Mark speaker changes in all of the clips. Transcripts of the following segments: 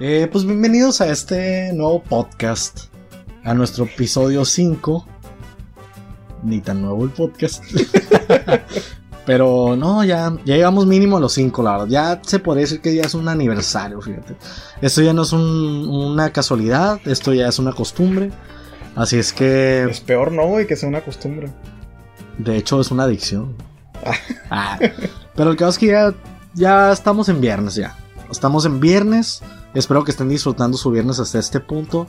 Speaker 1: Eh, pues bienvenidos a este nuevo podcast, a nuestro episodio 5. Ni tan nuevo el podcast. Pero no, ya, ya llegamos mínimo a los 5, la verdad. Ya se podría decir que ya es un aniversario, fíjate. Esto ya no es un- una casualidad, esto ya es una costumbre. Así es que,
Speaker 2: Es peor, ¿no, güey? Que sea una costumbre.
Speaker 1: de hecho, es una adicción. Ah. Pero el caso es que ya, ya estamos en viernes, ya. Estamos en viernes. Espero que estén disfrutando su viernes hasta este punto.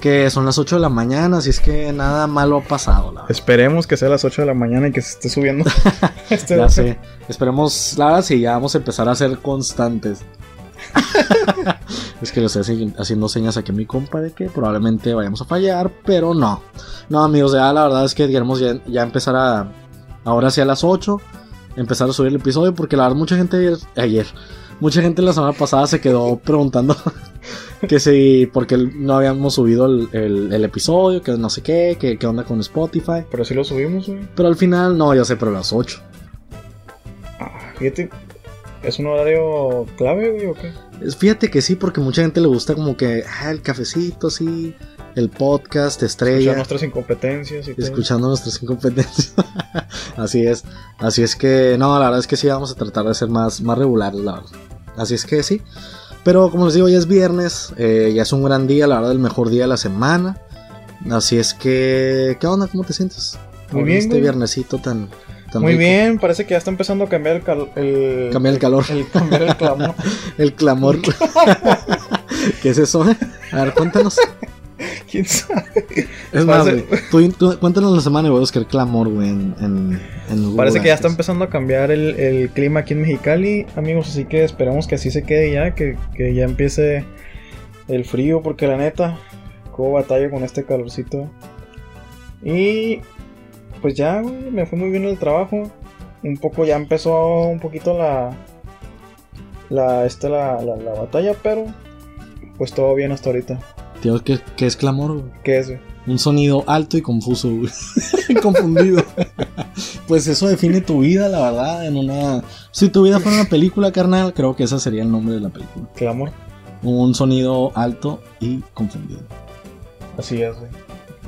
Speaker 1: Que son las 8 de la mañana, así es que nada malo ha pasado, la verdad.
Speaker 2: Esperemos que sea a las 8 de la mañana y que se esté subiendo. este
Speaker 1: Ya sé. Esperemos, la verdad, sí, ya vamos a empezar a ser constantes. es que le estoy haci- haciendo señas aquí a mi compa de que probablemente vayamos a fallar, pero no. No, amigos, ya la verdad es que queremos ya, ya empezar a. Ahora sí a las 8, empezar a subir el episodio, porque la verdad, mucha gente ayer. ayer, mucha gente la semana pasada se quedó preguntando que si. Porque no habíamos subido el, el- el episodio, que no sé qué, que qué onda con Spotify.
Speaker 2: Pero sí lo subimos, güey.
Speaker 1: Pero al final, no, ya sé, pero a las 8.
Speaker 2: Ah, fíjate, ¿es un horario clave, güey, o qué?
Speaker 1: Es- Fíjate que sí, porque mucha gente le gusta como que ah, el cafecito, sí, el podcast,
Speaker 2: Escuchar
Speaker 1: estrella,
Speaker 2: nuestras incompetencias y todo.
Speaker 1: escuchando nuestras incompetencias. así es, así es que, no, la verdad es que sí, vamos a tratar de ser más, más regulares, la verdad. Así es que sí. Pero como les digo, ya es viernes, eh, ya es un gran día, la verdad, el mejor día de la semana. Así es que, ¿qué onda? ¿Cómo te sientes?
Speaker 2: Muy
Speaker 1: Con
Speaker 2: bien,
Speaker 1: Este
Speaker 2: güey.
Speaker 1: viernesito tan, tan
Speaker 2: Muy
Speaker 1: rico.
Speaker 2: bien, parece que ya está empezando a cambiar el calor. El...
Speaker 1: Cambiar el calor.
Speaker 2: El cambiar el clamor.
Speaker 1: El clamor. ¿Qué es eso? eh? A ver, cuéntanos.
Speaker 2: ¿Quién sabe?
Speaker 1: Es más,
Speaker 2: Parece-
Speaker 1: güey, tú, tú- cuéntanos la semana y voy a buscar clamor, güey, en, en, en Google
Speaker 2: Parece que ya está
Speaker 1: Ads.
Speaker 2: empezando a cambiar el, el clima aquí en Mexicali, amigos, así que esperamos que así se quede ya, que, que ya empiece el frío, porque la neta, como batalla con este calorcito. Y pues ya, güey, me fue muy bien el trabajo. Un poco ya empezó un poquito la. La, esta, la, la, la batalla, pero pues todo bien hasta ahorita.
Speaker 1: Tío, ¿qué, qué es clamor, güey?
Speaker 2: ¿Qué es, güey?
Speaker 1: Un sonido alto y confuso, güey. Confundido. pues eso define tu vida, la verdad, en una... Si tu vida fuera una película, carnal, creo que ese sería el nombre de la película.
Speaker 2: Clamor.
Speaker 1: Un sonido alto y confundido.
Speaker 2: Así es, güey.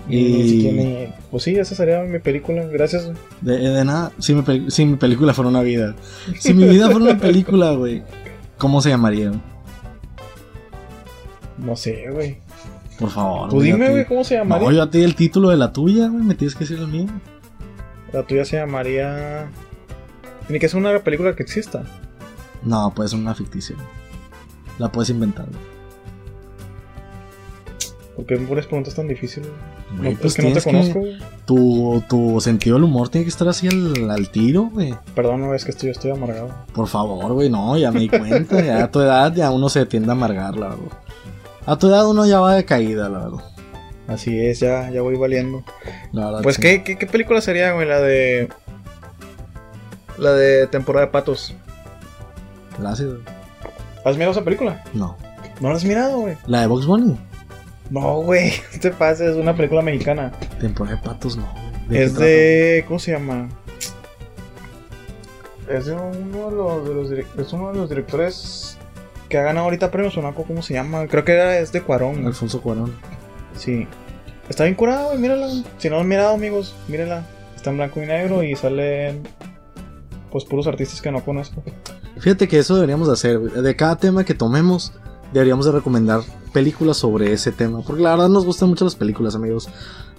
Speaker 1: Y-
Speaker 2: Y... ni siquiera ni- Pues sí, esa sería mi película. Gracias, güey.
Speaker 1: De, de nada, si mi, peli- si mi película fuera una vida. Si mi vida fuera una película, güey, ¿cómo se llamaría? güey?
Speaker 2: No sé, güey.
Speaker 1: Por favor.
Speaker 2: Tú
Speaker 1: güey, a
Speaker 2: dime,
Speaker 1: ti.
Speaker 2: güey, ¿cómo se llamaría?
Speaker 1: No, yo a ti el título de la tuya, güey, me tienes que decir el mío.
Speaker 2: La tuya se llamaría. Tiene que ser una película que exista.
Speaker 1: No, puede ser una ficticia. güey. La puedes inventar. güey.
Speaker 2: Porque me pones preguntas tan difíciles. güey?
Speaker 1: Güey, pues
Speaker 2: no, es pues, que no te
Speaker 1: tienes
Speaker 2: conozco. güey.
Speaker 1: Tu, tu sentido del humor tiene que estar así al, al tiro, güey.
Speaker 2: Perdón, no, es que estoy, yo estoy amargado.
Speaker 1: Por favor, güey, no, ya me di cuenta. ya a tu edad ya uno se tiende a amargar, la verdad. A tu edad uno ya va de caída, la verdad.
Speaker 2: Así es, ya, ya voy valiendo.
Speaker 1: La verdad
Speaker 2: Pues,
Speaker 1: sí.
Speaker 2: ¿qué, qué, qué película sería, güey? La de. La de Temporada de Patos.
Speaker 1: Gracias, güey.
Speaker 2: ¿Has mirado esa película?
Speaker 1: No.
Speaker 2: No la has mirado, güey.
Speaker 1: La de Box Bunny.
Speaker 2: No, güey. No te pases, es una película mexicana.
Speaker 1: Temporada de patos, no. güey. qué
Speaker 2: Es
Speaker 1: trata?
Speaker 2: de. ¿Cómo se llama? Es de uno de los, de los direc- es uno de los directores que ha ganado ahorita premios Sonaco, ¿cómo se llama? Creo que era, es de Cuarón. güey.
Speaker 1: Alfonso Cuarón.
Speaker 2: Sí. Está bien curada, güey, mírala. güey. Si no la han mirado, amigos, mírala. Está en blanco y negro y salen pues puros artistas que no conozco.
Speaker 1: Fíjate que eso deberíamos de hacer, güey. De cada tema que tomemos, deberíamos de recomendar películas sobre ese tema. Porque la verdad nos gustan mucho las películas, amigos.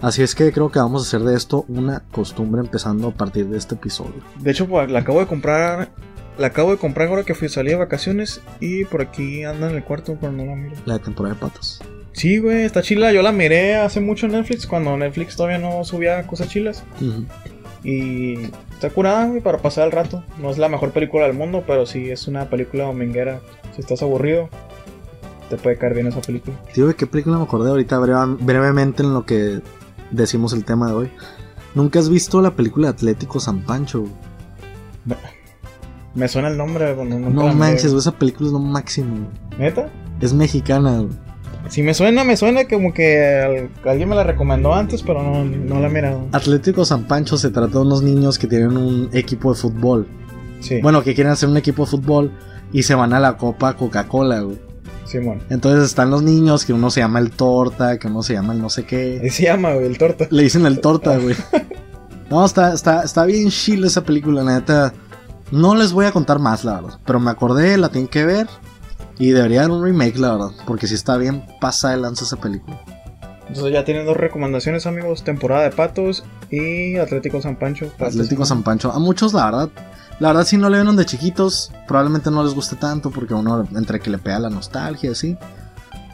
Speaker 1: Así es que creo que vamos a hacer de esto una costumbre empezando a partir de este episodio.
Speaker 2: De hecho, pues, la acabo de comprar. La acabo de comprar ahora que fui salí de vacaciones y por aquí anda en el cuarto, pero no la miro.
Speaker 1: La de temporada de patos.
Speaker 2: Sí, güey, está chila. Yo la miré hace mucho en Netflix, cuando Netflix todavía no subía cosas chilas.
Speaker 1: Ujú.
Speaker 2: Y está curada, güey, para pasar el rato. No es la mejor película del mundo, pero sí es una película dominguera. Si estás aburrido, te puede caer bien esa película.
Speaker 1: Tío, ¿de qué película me acordé ahorita breva- brevemente en lo que decimos el tema de hoy? ¿Nunca has visto la película Atlético San Pancho? güey?
Speaker 2: Me suena el nombre, güey. No, nunca la
Speaker 1: No
Speaker 2: miré.
Speaker 1: manches, güey, esa película es lo máximo. güey.
Speaker 2: ¿Neta?
Speaker 1: Es mexicana, güey.
Speaker 2: Si me suena, me suena como que al- alguien me la recomendó antes, pero no, no la he mirado.
Speaker 1: Ah, Atlético San Pancho se trata de unos niños que tienen un equipo de fútbol.
Speaker 2: Sí.
Speaker 1: Bueno, que quieren hacer un equipo de fútbol y se van a la Copa Coca-Cola, güey.
Speaker 2: Simón.
Speaker 1: Entonces están los niños, que uno se llama el torta, que uno se llama el no sé qué.
Speaker 2: Y se llama, güey, el torta.
Speaker 1: Le dicen el torta, güey. No, está, está, está bien chile esa película, la neta. No les voy a contar más, la verdad. Pero me acordé, la tienen que ver. Y debería dar un remake, la verdad. Porque si está bien, pasa de lanza esa película.
Speaker 2: Entonces ya tienen dos recomendaciones, amigos. Temporada de Patos y Atlético San Pancho. para esta
Speaker 1: Atlético
Speaker 2: semana.
Speaker 1: San Pancho. A muchos, la verdad. La verdad, si no le vieron de chiquitos, probablemente no les guste tanto. Porque uno, entre que le pega la nostalgia, y así.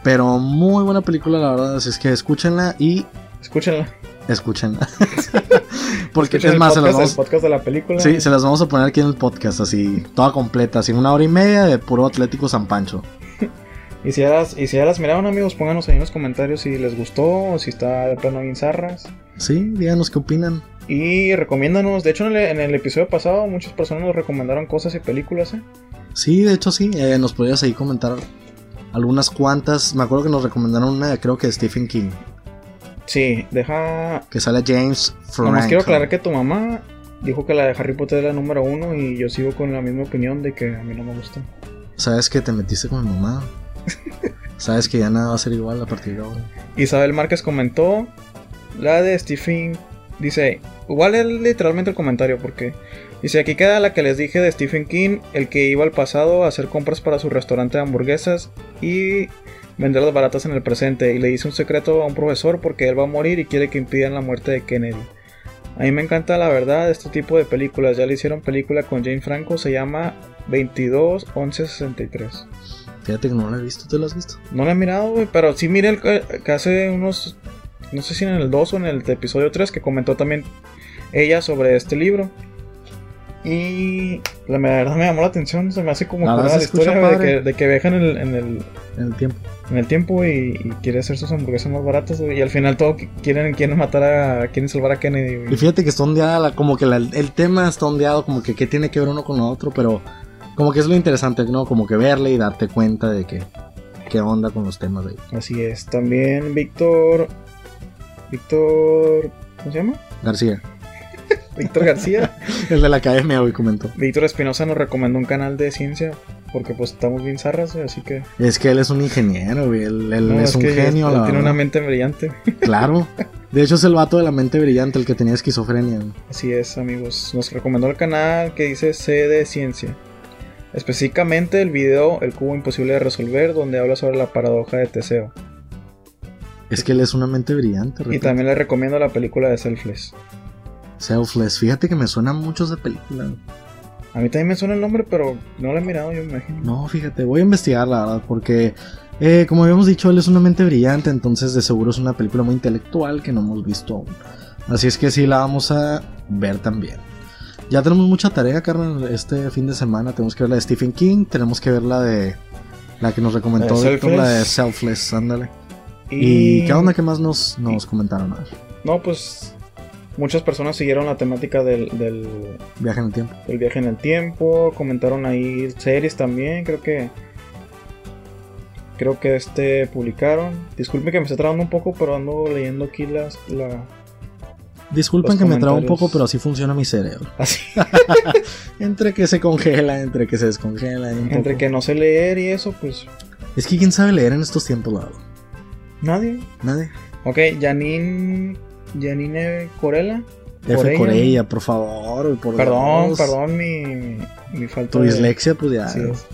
Speaker 1: Pero muy buena película, la verdad. Así es que escúchenla y
Speaker 2: Escúchenla.
Speaker 1: escúchenla. porque
Speaker 2: Escuchen
Speaker 1: es
Speaker 2: el
Speaker 1: más, se las
Speaker 2: podcast,
Speaker 1: vamos,
Speaker 2: el podcast de la película.
Speaker 1: Sí, se las vamos a poner aquí en el podcast, así, toda completa, así, una hora y media de puro Atlético San Pancho.
Speaker 2: Y si ya las, y si ya las miraron, amigos, pónganos ahí en los comentarios si les gustó o si está de plano bien zarras.
Speaker 1: Sí, díganos qué opinan.
Speaker 2: Y recomiéndanos. De hecho, en el, en el episodio pasado, muchas personas nos recomendaron cosas y películas. ¿eh?
Speaker 1: Sí, de hecho sí, eh, nos podrías ahí comentar algunas cuantas. Me acuerdo que nos recomendaron una, creo que de Stephen King,
Speaker 2: Sí, deja.
Speaker 1: que sale James Franco.
Speaker 2: Nomás quiero aclarar que tu mamá dijo que la de Harry Potter es la número uno y yo sigo con la misma opinión de que a mí no me gusta.
Speaker 1: Sabes que te metiste con mi mamá. Sabes que ya nada va a ser igual a partir de ahora.
Speaker 2: Isabel Márquez comentó la de Stephen. Dice, igual es literalmente el comentario porque dice, aquí queda la que les dije de Stephen King, el que iba al pasado a hacer compras para su restaurante de hamburguesas y vender las baratas en el presente. Y le dice un secreto a un profesor porque él va a morir y quiere que impidan la muerte de Kennedy. A mí me encanta la verdad este tipo de películas. Ya le hicieron película con Jane Franco, se llama 221163.
Speaker 1: Fíjate que no la he visto, ¿tú la has visto?
Speaker 2: No la he mirado, güey, pero sí miré el que que hace unos. No sé si en el 2 o en el de episodio 3 que comentó también ella sobre este libro. Y la verdad me llamó la atención, se me hace como
Speaker 1: La verdad
Speaker 2: curada la
Speaker 1: se escucha
Speaker 2: historia güey, de
Speaker 1: padre.
Speaker 2: que, de que viajan en el, en el,
Speaker 1: En el tiempo.
Speaker 2: en el tiempo y, y quiere hacer sus hamburguesas más baratas. güey, y al final todo qui- quieren, quieren matar a. quieren salvar a Kennedy. güey.
Speaker 1: Y fíjate que está ondeada, la- como que la- el tema está ondeado, como que qué tiene que ver uno con lo otro, pero como que es lo interesante, ¿no? Como que verle y darte cuenta de que qué onda con los temas de
Speaker 2: Así es. También Víctor. Víctor. ¿Cómo se llama?
Speaker 1: García.
Speaker 2: Víctor García.
Speaker 1: El de la academia hoy comentó.
Speaker 2: Víctor Espinosa nos recomendó un canal de ciencia porque pues estamos bien zarras, güey, así que
Speaker 1: Es que él es un ingeniero, güey. Él, él
Speaker 2: No,
Speaker 1: es, un
Speaker 2: que
Speaker 1: genio,
Speaker 2: él- él
Speaker 1: la
Speaker 2: tiene
Speaker 1: verdad.
Speaker 2: una mente brillante.
Speaker 1: Claro. De hecho, es el vato de la mente brillante, el que tenía esquizofrenia. güey.
Speaker 2: Así es, amigos. Nos recomendó el canal que dice C de ciencia. Específicamente el video El cubo imposible de resolver donde habla sobre la paradoja de Teseo.
Speaker 1: Es que él es una mente brillante,
Speaker 2: Y
Speaker 1: repito.
Speaker 2: también le recomiendo la película de Selfless.
Speaker 1: Selfless. Fíjate que me suena mucho esa película. güey.
Speaker 2: A mí también me suena el nombre, pero no la he mirado, yo me imagino.
Speaker 1: No, fíjate, voy a investigar, la verdad, porque eh, como habíamos dicho, él es una mente brillante, entonces de seguro es una película muy intelectual que no hemos visto aún. Así es que sí, la vamos a ver también. Ya tenemos mucha tarea, Carmen, este fin de semana. Tenemos que ver la de Stephen King, tenemos que ver la de... La que nos recomendó
Speaker 2: La de
Speaker 1: Víctor, la de
Speaker 2: Selfless.
Speaker 1: Selfless, ándale. ¿Y, qué onda? ¿Qué más nos, nos comentaron? A ver,
Speaker 2: No, pues muchas personas siguieron la temática del- del,
Speaker 1: viaje en el tiempo.
Speaker 2: El viaje en el tiempo, comentaron ahí series también, creo que creo que este publicaron. Disculpe que me esté trabando un poco, pero ando leyendo aquí las la
Speaker 1: Disculpen
Speaker 2: Los
Speaker 1: que me traba un
Speaker 2: comentarios.
Speaker 1: poco, pero así funciona mi cerebro.
Speaker 2: así
Speaker 1: Entre que se congela, entre que se descongela. y un
Speaker 2: entre
Speaker 1: poco.
Speaker 2: que no sé leer y eso, pues
Speaker 1: Es que quién sabe leer en estos tiempos, la verdad.
Speaker 2: nadie.
Speaker 1: Nadie.
Speaker 2: Ok, Janine Janine Corella.
Speaker 1: F
Speaker 2: Corella.
Speaker 1: Corella, por favor. güey, por
Speaker 2: Perdón,
Speaker 1: Dios.
Speaker 2: perdón mi mi falta
Speaker 1: Tu dislexia, pues ya.
Speaker 2: Así es.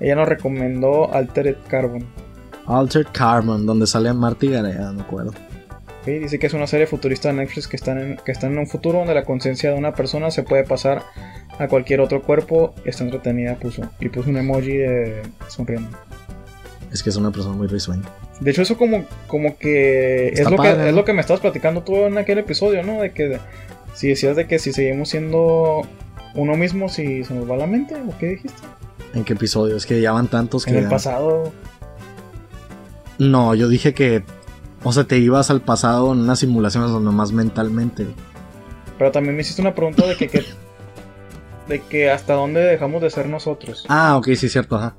Speaker 2: Ella nos recomendó Altered Carbon.
Speaker 1: Altered Carbon, donde sale Marty Gareda, me acuerdo.
Speaker 2: Ok, Dice que es una serie futurista de Netflix que está, en, que está en un futuro donde la conciencia de una persona se puede pasar a cualquier otro cuerpo. Está entretenida, puso. Y puso un emoji de sonriendo.
Speaker 1: Es que es una persona muy risueña.
Speaker 2: De hecho, eso como, como que es
Speaker 1: Está
Speaker 2: lo
Speaker 1: padre,
Speaker 2: que es
Speaker 1: ¿no?
Speaker 2: lo que me estabas platicando tú en aquel episodio, ¿no? De que si decías de que si seguimos siendo uno mismo, si se nos va la mente, ¿o qué dijiste?
Speaker 1: ¿En qué episodio? Es que ya van tantos que.
Speaker 2: en el
Speaker 1: ya-
Speaker 2: pasado.
Speaker 1: No, yo dije que. O sea, te ibas al pasado en unas simulaciones donde más mentalmente.
Speaker 2: Pero también me hiciste una pregunta de que, que- de que hasta dónde dejamos de ser nosotros.
Speaker 1: Ah, ok, sí, cierto, ajá.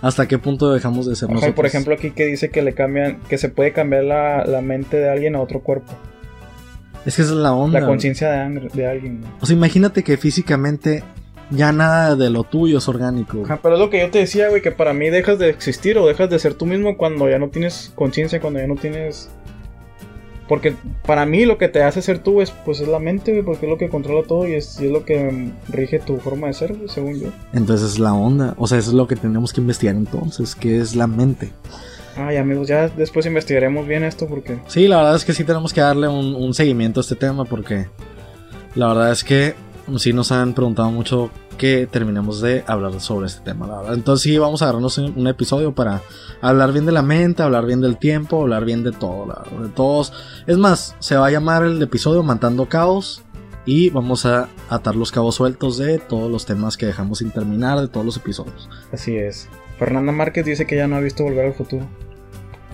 Speaker 1: ¿Hasta qué punto dejamos de ser
Speaker 2: Ajá, y
Speaker 1: nosotros?
Speaker 2: por ejemplo aquí que dice que le cambian, que se puede cambiar la, la mente de alguien a otro cuerpo,
Speaker 1: Es que esa es la onda.
Speaker 2: la
Speaker 1: güey.
Speaker 2: conciencia de, ang- de alguien. ¿no?
Speaker 1: O sea, imagínate que físicamente ya nada de lo tuyo es orgánico. güey.
Speaker 2: Ajá, pero es lo que yo te decía, güey, que para mí dejas de existir o dejas de ser tú mismo cuando ya no tienes conciencia, cuando ya no tienes... Porque para mí lo que te hace ser tú es, pues, es la mente, güey, porque es lo que controla todo y es, y es lo que mm, rige tu forma de ser, güey, según yo.
Speaker 1: Entonces es la onda. O sea, eso es lo que tenemos que investigar entonces, que es la mente.
Speaker 2: Ay, amigos, ya después investigaremos bien esto porque...
Speaker 1: Sí, la verdad es que sí tenemos que darle un, un seguimiento a este tema porque la verdad es que sí nos han preguntado mucho que terminemos de hablar sobre este tema. La verdad. Entonces sí vamos a darnos un, un episodio para hablar bien de la mente, hablar bien del tiempo, hablar bien de todo, la verdad, de todos. Es más, se va a llamar el episodio Mantando Caos y vamos a atar los cabos sueltos de todos los temas que dejamos sin terminar de todos los episodios.
Speaker 2: Así es. Fernanda Márquez dice que ya no ha visto Volver al Futuro.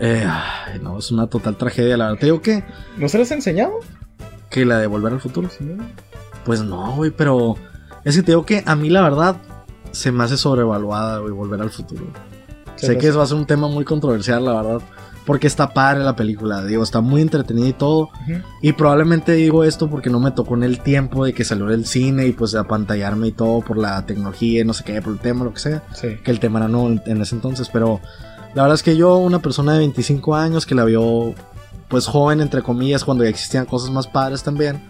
Speaker 1: Eh, ay, no, es una total tragedia, la verdad. Te digo que,
Speaker 2: ¿No se las he enseñado?
Speaker 1: que la de Volver al Futuro.
Speaker 2: Sí.
Speaker 1: Pues no, güey, pero es que te digo que a mí la verdad se me hace sobrevaluada, güey, volver al futuro.
Speaker 2: Se
Speaker 1: sé
Speaker 2: las-
Speaker 1: que eso va a ser un tema muy controversial, la verdad, porque está padre la película, digo, está muy entretenida y todo.
Speaker 2: Ujú.
Speaker 1: Y probablemente digo esto porque no me tocó en el tiempo de que salió del cine y pues apantallarme y todo por la tecnología y no sé qué, por el tema, lo que sea.
Speaker 2: Sí.
Speaker 1: Que el tema era no en, en ese entonces, pero la verdad es que yo, una persona de 25 años que la vio pues joven, entre comillas, cuando ya existían cosas más padres también,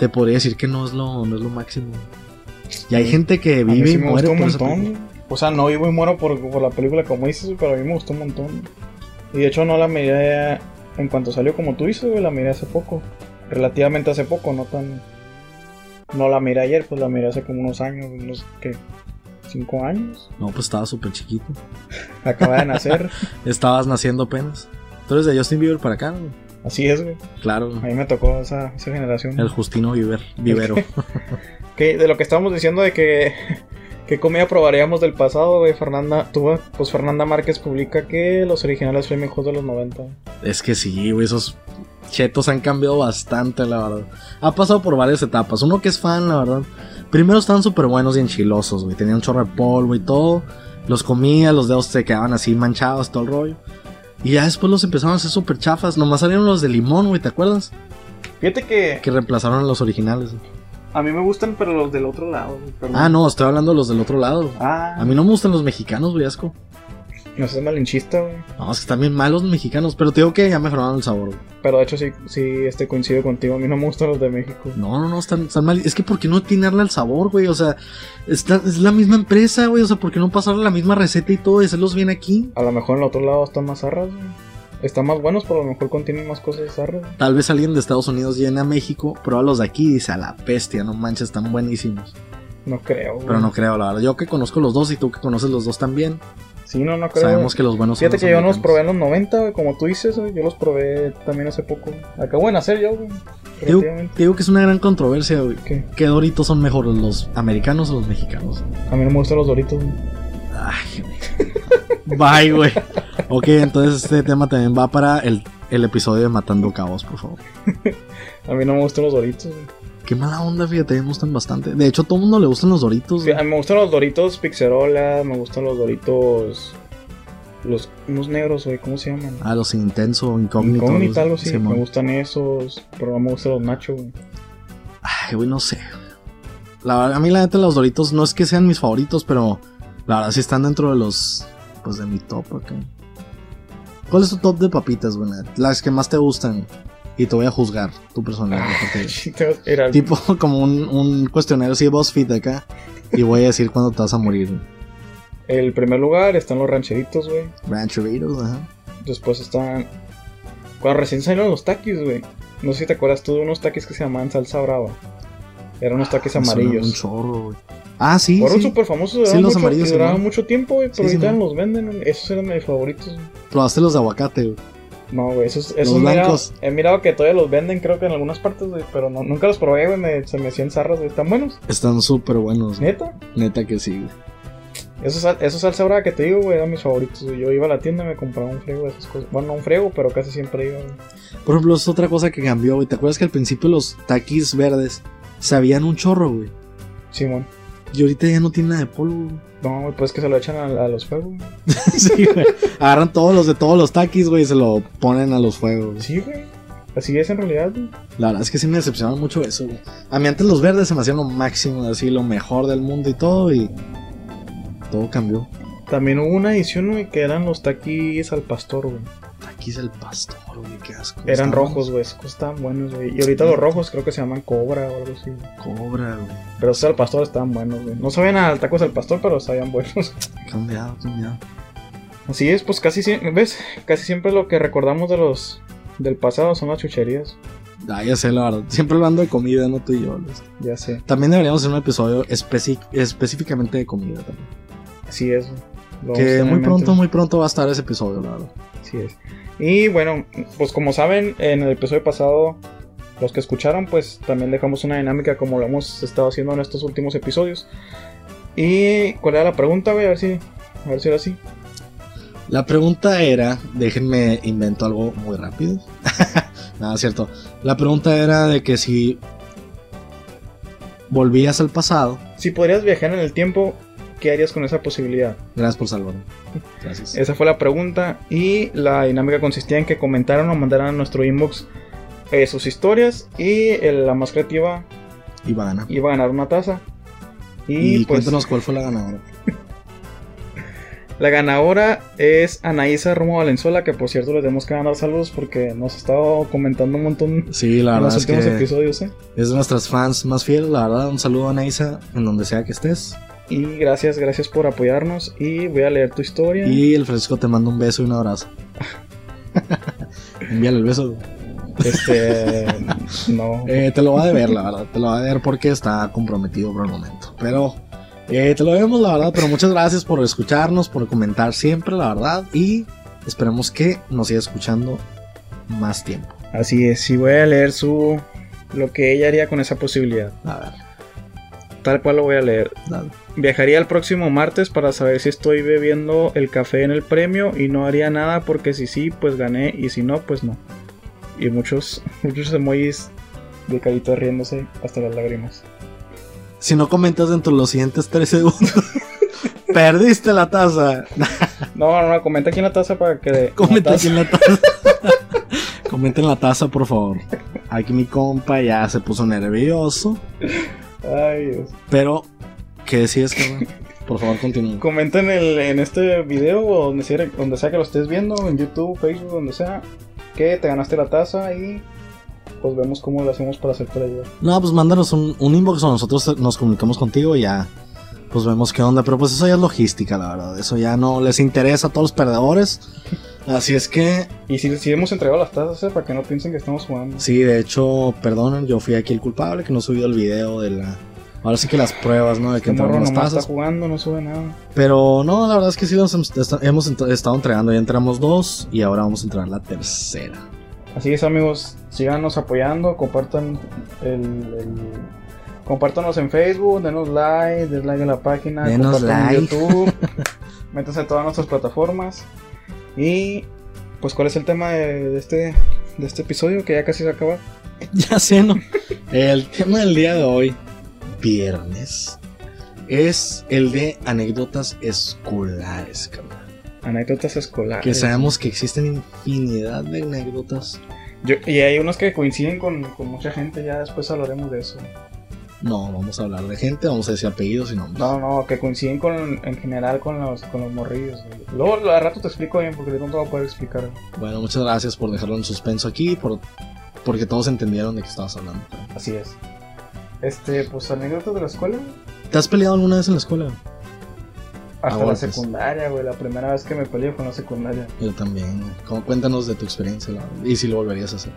Speaker 1: te podría decir que no es lo, no es lo máximo. Y hay gente que
Speaker 2: A mí
Speaker 1: vive
Speaker 2: sí
Speaker 1: y
Speaker 2: me
Speaker 1: muere
Speaker 2: gustó un
Speaker 1: por esa
Speaker 2: montón.
Speaker 1: película.
Speaker 2: O sea, no vivo y muero por, por la película como dices, güey, pero a mí me gustó un montón. Y de hecho no la miré en cuanto salió como tú dices, güey, la miré hace poco. Relativamente hace poco, no tan... No la miré ayer, pues la miré hace como unos años, unos que... Cinco años.
Speaker 1: No, pues estaba súper chiquito.
Speaker 2: Acaba de nacer.
Speaker 1: Estabas naciendo apenas. Tú eres de Justin Bieber para acá, güey.
Speaker 2: Así es, güey.
Speaker 1: Claro,
Speaker 2: A mí me tocó esa, esa generación.
Speaker 1: el Justino Viver, Vivero.
Speaker 2: Que de lo que estábamos diciendo de que qué comida probaríamos del pasado, güey, Fernanda, tú, pues Fernanda Márquez publica que los originales Flaming Hot de los 90.
Speaker 1: Es que sí, güey, esos chetos han cambiado bastante, la verdad. Ha pasado por varias etapas. Uno que es fan, la verdad. Primero estaban súper buenos y enchilosos, güey. Tenían un chorro de polvo y todo. Los comía, los dedos se quedaban así manchados, todo el rollo. Y ya después los empezaron a hacer súper chafas. Nomás salieron los de limón, güey, ¿te acuerdas?
Speaker 2: Fíjate que
Speaker 1: Que reemplazaron a los originales. güey.
Speaker 2: a mí me gustan, pero los del otro lado, güey, perdón.
Speaker 1: Ah, no, estoy hablando de los del otro lado. güey. A
Speaker 2: Ah,
Speaker 1: mí no me gustan los mexicanos, güey, asco.
Speaker 2: no seas malinchista, güey.
Speaker 1: No, es que están bien malos los mexicanos. Pero te digo que ya mejoraron el sabor, güey.
Speaker 2: Pero de hecho sí, sí este coincido contigo, a mí no me gustan los de México.
Speaker 1: No, no, no, están, están mal. Es que ¿por qué no atinarle al sabor, güey? O sea, está- es la misma empresa, güey. O sea, ¿por qué no pasarle la misma receta y todo y hacerlos bien aquí?
Speaker 2: A lo mejor en el otro lado están más zarras, güey. Están más buenos, pero a lo mejor contienen más cosas zarras. güey.
Speaker 1: Tal vez alguien de Estados Unidos viene a México, prueba los de aquí y dice, a la bestia, no manches, están buenísimos.
Speaker 2: No creo, güey.
Speaker 1: Pero no creo, la verdad. Yo que conozco los dos y tú que conoces los dos también,
Speaker 2: Sí, no, no creo.
Speaker 1: sabemos que los buenos son
Speaker 2: Fíjate
Speaker 1: los
Speaker 2: que yo no los
Speaker 1: americanos.
Speaker 2: probé en los 90, güey, como tú dices, güey, yo los probé también hace poco. Acabo de nacer yo, güey.
Speaker 1: Te digo-
Speaker 2: Relativamente.
Speaker 1: Te digo que es una gran controversia, güey.
Speaker 2: ¿Qué?
Speaker 1: ¿Qué doritos son mejores, los americanos o los mexicanos?
Speaker 2: A mí no me gustan los doritos. güey.
Speaker 1: Ay, güey. Bye, güey. Ok, entonces este tema también va para el, el episodio de Matando Cabos, por favor.
Speaker 2: A mí no me gustan los doritos. güey.
Speaker 1: Qué mala onda, fíjate, me gustan bastante. De hecho, a todo el mundo le gustan los doritos.
Speaker 2: Sí, a mí me gustan los doritos pixerola, me gustan los doritos. Los unos negros, güey, ¿cómo se llaman?
Speaker 1: A los intenso, incógnito.
Speaker 2: Incógnita, algo así.
Speaker 1: Simón.
Speaker 2: me gustan esos, pero no me gustan los nachos, güey.
Speaker 1: Ay, güey, no sé. La verdad, a mí la neta los doritos no es que sean mis favoritos, pero la verdad sí están dentro de los. Pues de mi top, ok. ¿Cuál es tu top de papitas, güey? neta? Las que más te gustan. Y te voy a juzgar, tu personalidad. porque-
Speaker 2: Era el-
Speaker 1: Tipo como un, un cuestionario así de BuzzFeed acá. Y voy a decir cuándo te vas a morir.
Speaker 2: el primer lugar están los rancheritos, güey.
Speaker 1: Rancheritos, ajá.
Speaker 2: Después están. Cuando recién salieron los taquis, güey. No sé si te acuerdas tú de unos taquis que se llamaban salsa brava. Eran unos taquis
Speaker 1: Ah, Me suena Un
Speaker 2: amarillos.
Speaker 1: chorro, güey. Ah, sí.
Speaker 2: Fueron
Speaker 1: sí.
Speaker 2: súper famosos,
Speaker 1: Sí,
Speaker 2: duraban
Speaker 1: los
Speaker 2: mucho-
Speaker 1: amarillos,
Speaker 2: y duraban
Speaker 1: Simón.
Speaker 2: mucho tiempo, güey. Pero
Speaker 1: Sí,
Speaker 2: ahorita
Speaker 1: Simón.
Speaker 2: los venden. Esos eran mis favoritos. güey.
Speaker 1: Probaste los de aguacate, güey.
Speaker 2: No, güey, esos, esos he mirado-
Speaker 1: blancos.
Speaker 2: he mirado que todavía los venden, creo que en algunas partes, güey. Pero no- nunca los probé, güey. me- Se me hacían zarras, güey. Están buenos,
Speaker 1: Están súper buenos. güey.
Speaker 2: neta.
Speaker 1: Neta que sí, güey.
Speaker 2: Esos, sal- esos salsa brava que te digo, güey, eran mis favoritos. güey. Yo iba a la tienda y me compraba un friego de esas cosas. Bueno, no un friego, pero casi siempre iba, güey.
Speaker 1: Por ejemplo, es otra cosa que cambió, güey. ¿Te acuerdas que al principio los taquis verdes sabían un chorro, güey?
Speaker 2: Simón.
Speaker 1: Y ahorita ya no tiene nada de polvo, güey.
Speaker 2: No, güey, pues que se lo echan a, a los fuegos, güey.
Speaker 1: Sí, güey. Agarran todos los de todos los taquis, güey, y se lo ponen a los fuegos. güey.
Speaker 2: Sí, güey. Así es en realidad, güey.
Speaker 1: La verdad es que sí me decepcionaba mucho eso, güey. A mí antes los verdes se me hacían lo máximo, así lo mejor del mundo y todo, y todo cambió.
Speaker 2: También hubo una edición, güey, que eran los taquis al pastor, güey.
Speaker 1: Aquí es el pastor, güey, qué asco.
Speaker 2: Eran
Speaker 1: Estaban
Speaker 2: rojos, güey. esos Estaban buenos, güey. Y ahorita los rojos creo que se llaman cobra o algo así. güey.
Speaker 1: Cobra, güey.
Speaker 2: Pero esos al pastor estaban buenos, güey. No sabían al tacos al pastor, pero sabían buenos.
Speaker 1: Cambiado, cambiado.
Speaker 2: Así es, pues casi siempre, ¿ves? Casi siempre lo que recordamos de los del pasado son las chucherías.
Speaker 1: Ah, ya sé, la verdad. Siempre hablando de comida, no tú y yo. Luis.
Speaker 2: Ya sé.
Speaker 1: También deberíamos hacer un episodio especi- específicamente de comida también.
Speaker 2: Así es. güey. Lo vamos a
Speaker 1: Que
Speaker 2: tener
Speaker 1: muy
Speaker 2: en mente.
Speaker 1: pronto, muy pronto va a estar ese episodio, la verdad.
Speaker 2: Así es. Y bueno, pues como saben, en el episodio pasado, los que escucharon, pues también dejamos una dinámica como lo hemos estado haciendo en estos últimos episodios. ¿Y cuál era la pregunta, güey? A ver si, a ver si era así.
Speaker 1: La pregunta era, déjenme invento algo muy rápido. Nada, cierto. La pregunta era de que si volvías al pasado,
Speaker 2: Si podrías viajar en el tiempo, ¿qué harías con esa posibilidad?
Speaker 1: gracias por salvarme. Gracias.
Speaker 2: Esa fue la pregunta y la dinámica consistía en que comentaran o mandaran a nuestro inbox eh, sus historias y el- la más creativa
Speaker 1: Ivana.
Speaker 2: iba a ganar una taza. Y,
Speaker 1: Y,
Speaker 2: pues
Speaker 1: cuéntanos cuál fue la ganadora.
Speaker 2: la ganadora es Anaísa Romo Valenzuela, que por cierto le tenemos que mandar saludos porque nos ha estado comentando un montón
Speaker 1: Sí, la
Speaker 2: en
Speaker 1: verdad
Speaker 2: los
Speaker 1: es que
Speaker 2: últimos episodios. ¿eh?
Speaker 1: es de nuestras fans más fieles. La verdad, un saludo a Anaisa en donde sea que estés.
Speaker 2: Y gracias, gracias por apoyarnos y voy a leer tu historia.
Speaker 1: Y el Francisco te manda un beso y un abrazo. Envíale el beso.
Speaker 2: Este, no.
Speaker 1: Eh, te lo va a deber, la verdad. Te lo va a deber porque está comprometido por el momento. Pero eh, te lo vemos, la verdad. Pero muchas gracias por escucharnos, por comentar siempre, la verdad. Y esperemos que nos siga escuchando más tiempo.
Speaker 2: Así es, y voy a leer su lo que ella haría con esa posibilidad.
Speaker 1: A ver,
Speaker 2: Tal cual lo voy a leer.
Speaker 1: dale.
Speaker 2: Viajaría el próximo martes para saber si estoy bebiendo el café en el premio y no haría nada porque si sí, pues gané y si no, pues no. Y muchos, muchos emojis de caritas riéndose hasta las lágrimas.
Speaker 1: Si no comentas dentro de los siguientes tres segundos, perdiste la taza.
Speaker 2: No, no, no, comenta aquí en la taza para que...
Speaker 1: Comenta
Speaker 2: la
Speaker 1: aquí
Speaker 2: taza.
Speaker 1: en la taza. Comenta en la taza, por favor. Aquí mi compa ya se puso nervioso.
Speaker 2: Ay, Dios.
Speaker 1: Pero, ¿qué decías, carnal? Por favor, continúa.
Speaker 2: Comenta en, el, en este video o donde sea, donde sea que lo estés viendo, en YouTube, Facebook, donde sea, que te ganaste la taza y pues vemos cómo lo hacemos para hacer para ayudar.
Speaker 1: No, pues mándanos un, un inbox o nosotros nos comunicamos contigo y ya. Pues vemos qué onda. Pero pues eso ya es logística, la verdad. Eso ya no les interesa a todos los perdedores. Así es que,
Speaker 2: Y si, si hemos entregado las tazas, eh, para que no piensen que estamos jugando.
Speaker 1: sí, de hecho, perdonen, yo fui aquí el culpable que no subió el video de la. Ahora sí que las pruebas, ¿no? De que
Speaker 2: Este morro
Speaker 1: entraron las
Speaker 2: nomás
Speaker 1: tazas.
Speaker 2: está jugando, no sube nada.
Speaker 1: Pero no, la verdad es que sí nos hemos, est- hemos ent- estado entregando. Ya entramos dos y ahora vamos a entrar la tercera.
Speaker 2: Así es, amigos, síganos apoyando, compartan el, el- compártanos en Facebook, denos like, den like a la página,
Speaker 1: Denos
Speaker 2: compartan en
Speaker 1: like.
Speaker 2: YouTube, métanse a todas nuestras plataformas. Y pues cuál es el tema de, de este de este episodio que ya casi se acaba.
Speaker 1: Ya sé, ¿no? El tema del día de hoy, viernes, es el de anécdotas escolares, cabrón.
Speaker 2: Anécdotas escolares.
Speaker 1: Que sabemos que existen infinidad de anécdotas.
Speaker 2: Yo- y hay unos que coinciden con, con mucha gente, ya después hablaremos de eso.
Speaker 1: No, vamos a hablar de gente, vamos a decir apellidos y nombres.
Speaker 2: No, no, que coinciden con, en general con los, con los morrillos. güey. Luego lo- al rato te explico bien porque de pronto voy a poder explicar.
Speaker 1: Bueno, muchas gracias por dejarlo en suspenso aquí, por, porque todos entendieron de qué estabas hablando.
Speaker 2: Así es. Este, pues anécdotas de la escuela.
Speaker 1: ¿Te has peleado alguna vez en la escuela? Ah,
Speaker 2: Hasta la
Speaker 1: golpes.
Speaker 2: secundaria, güey. La primera vez que me peleé fue en la secundaria.
Speaker 1: Yo también. güey. Como, cuéntanos de tu experiencia la verdad, y si lo volverías a hacer.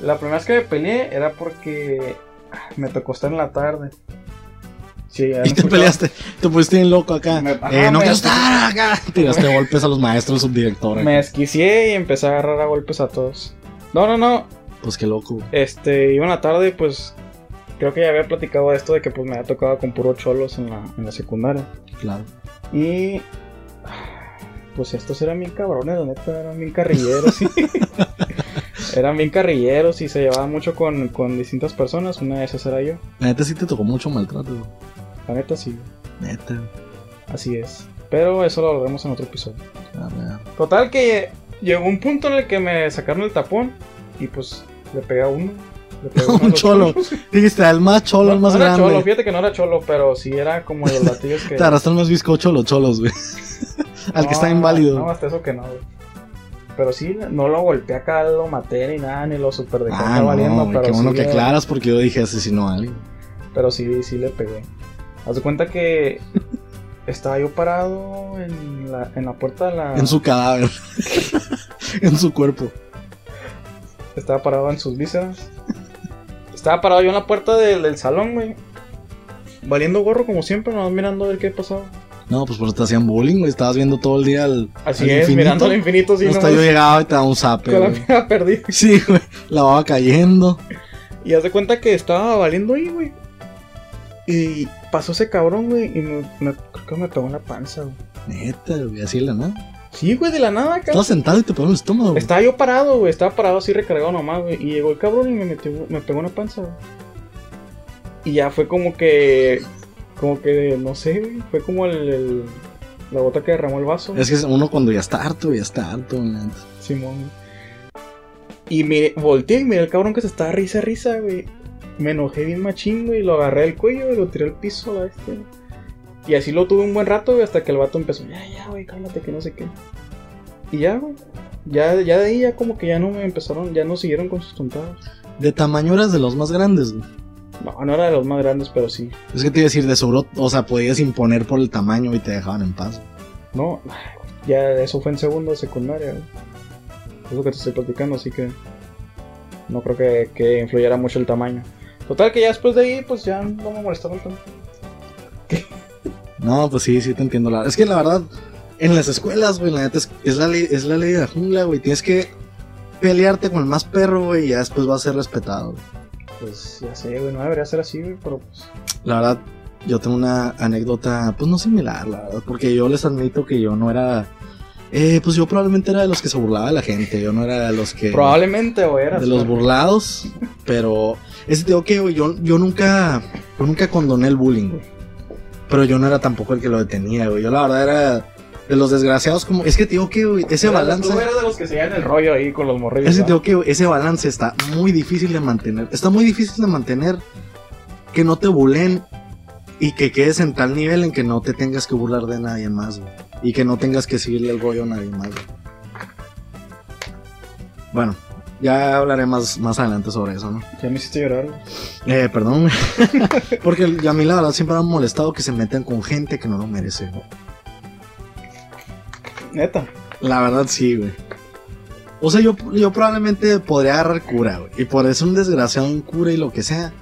Speaker 2: La primera vez que me peleé era porque ah, me tocó estar en la tarde. Sí,
Speaker 1: Y
Speaker 2: ya no
Speaker 1: te
Speaker 2: escuchaba-
Speaker 1: peleaste, te pusiste bien loco acá.
Speaker 2: Me-
Speaker 1: eh,
Speaker 2: ajá,
Speaker 1: no
Speaker 2: me-
Speaker 1: quiero estar acá. Tiraste golpes a los maestros, subdirector. eh. acá.
Speaker 2: Me desquicié y empecé a agarrar a golpes a todos. No, no, no.
Speaker 1: Pues qué loco.
Speaker 2: Este, iba en la tarde y pues. Creo que ya había platicado esto de que pues me había tocado con puro cholos en la, en la secundaria.
Speaker 1: Claro.
Speaker 2: Y. Pues estos eran bien cabrones, la neta, eran bien carrilleros. y- eran bien carrilleros y se llevaban mucho con, con distintas personas. Una de esas era yo.
Speaker 1: La neta sí te tocó mucho maltrato. güey.
Speaker 2: La neta, sí,
Speaker 1: Neta.
Speaker 2: así es. Pero eso lo hablaremos en otro episodio.
Speaker 1: A ver.
Speaker 2: Total que llegó un punto en el que me sacaron el tapón y pues le pegué a uno. Le pegué a uno de
Speaker 1: Un
Speaker 2: los
Speaker 1: cholo.
Speaker 2: cholos.
Speaker 1: Dijiste, el más cholo,
Speaker 2: No,
Speaker 1: el más
Speaker 2: no era
Speaker 1: grande.
Speaker 2: cholo, fíjate que no era cholo, pero sí era como de los latidos que.
Speaker 1: Te arrastran más bizcocho los cholos, güey. Al que está
Speaker 2: No,
Speaker 1: inválido.
Speaker 2: No, hasta eso que no, güey. Pero sí, no lo golpeé acá, lo maté ni nada, ni lo super dejé
Speaker 1: ah,
Speaker 2: acá
Speaker 1: no,
Speaker 2: valiendo.
Speaker 1: güey,
Speaker 2: pero
Speaker 1: qué bueno
Speaker 2: sí eh.
Speaker 1: que
Speaker 2: le-
Speaker 1: aclaras porque yo dije asesinó a alguien.
Speaker 2: Pero sí, sí le pegué. Haz de cuenta que estaba yo parado en la, en la puerta de la.
Speaker 1: En su cadáver. en su cuerpo.
Speaker 2: Estaba parado en sus vísceras. Estaba parado yo en la puerta del, del salón, güey. Valiendo gorro como siempre, nomás mirando a ver qué pasaba.
Speaker 1: No, pues porque te hacían bullying, güey. Estabas viendo todo el día al.
Speaker 2: Así
Speaker 1: al
Speaker 2: es,
Speaker 1: infinito.
Speaker 2: mirando al infinito, sí,
Speaker 1: Hasta
Speaker 2: nomás
Speaker 1: yo llegaba y te daba un zape,
Speaker 2: con la
Speaker 1: güey.
Speaker 2: mierda perdida.
Speaker 1: Sí, güey. La baba cayendo.
Speaker 2: Y haz de cuenta que estaba valiendo ahí, güey. Y pasó ese cabrón, güey, y me, me- creo que me pegó en la panza, güey.
Speaker 1: Neta, güey. Así de la nada.
Speaker 2: Sí, güey, de la nada, cabrón.
Speaker 1: Estabas sentado y te pegaron el estómago. güey.
Speaker 2: Estaba yo parado, güey, estaba parado así recargado nomás, güey. Y llegó el cabrón y me, metió, me pegó en la panza, güey. Y ya fue como que. Como que, no sé, güey. Fue como el, el- la gota que derramó el vaso.
Speaker 1: Es que uno cuando ya está harto, ya está harto, güey, neta.
Speaker 2: Simón. güey. Y me volteé y miré al cabrón que se estaba risa a risa, güey. Me enojé bien machín, güey. Lo agarré del cuello y lo tiré al piso, la bestia. Y así lo tuve un buen rato, güey, hasta que el vato empezó. Ya, ya, güey, cálmate, que no sé qué. Y ya, güey. Ya, ya de ahí, ya como que ya no me empezaron, ya no siguieron con sus tontadas.
Speaker 1: De tamaño eras de los más grandes, güey.
Speaker 2: No, no era de los más grandes, pero sí.
Speaker 1: Es que te iba a decir, de seguro, o sea, podías imponer por el tamaño y te dejaban en paz.
Speaker 2: No, ya eso fue en segundo de secundaria, güey. Es lo que te estoy platicando, así que no creo que, que influyera mucho el tamaño. Total que ya después de ahí, pues ya no me molestaba tanto.
Speaker 1: No, pues sí, sí te entiendo. La... Es que la verdad, en las escuelas, güey, la neta es, es la ley, es la ley de la jungla, güey. Tienes que pelearte con el más perro, güey, y ya después vas a ser respetado. güey.
Speaker 2: Pues ya sé, güey, no debería ser así, güey, pero pues...
Speaker 1: La verdad, yo tengo una anécdota, pues no similar, la verdad, porque yo les admito que yo no era. Eh, pues yo probablemente era de los que se burlaba de la gente, yo no era de los que.
Speaker 2: Probablemente, güey, eras...
Speaker 1: de los
Speaker 2: güey.
Speaker 1: burlados, pero ese digo que güey, yo, yo nunca yo nunca condoné el bullying, güey. Pero yo no era tampoco el que lo detenía, güey. Yo la verdad era de los desgraciados como es que te digo que güey, ese
Speaker 2: Eras-
Speaker 1: balance
Speaker 2: Tú eres de los que se llevan el rollo ahí con los morrillos.
Speaker 1: ese te
Speaker 2: ¿verdad?
Speaker 1: digo que güey, ese balance está muy difícil de mantener. Está muy difícil de mantener que no te bulen y que quedes en tal nivel en que no te tengas que burlar de nadie más, güey, y que no tengas que seguirle el rollo a nadie más. güey. Bueno, ya hablaré más más adelante sobre eso, ¿no?
Speaker 2: Ya me hiciste llorar, güey.
Speaker 1: Eh, perdón. Porque el- a mí la verdad siempre me ha molestado que se metan con gente que no lo merece. güey.
Speaker 2: Neta.
Speaker 1: La verdad sí, güey. O sea, yo, yo probablemente podría agarrar cura, güey. Y por eso un desgraciado en cura y lo que sea.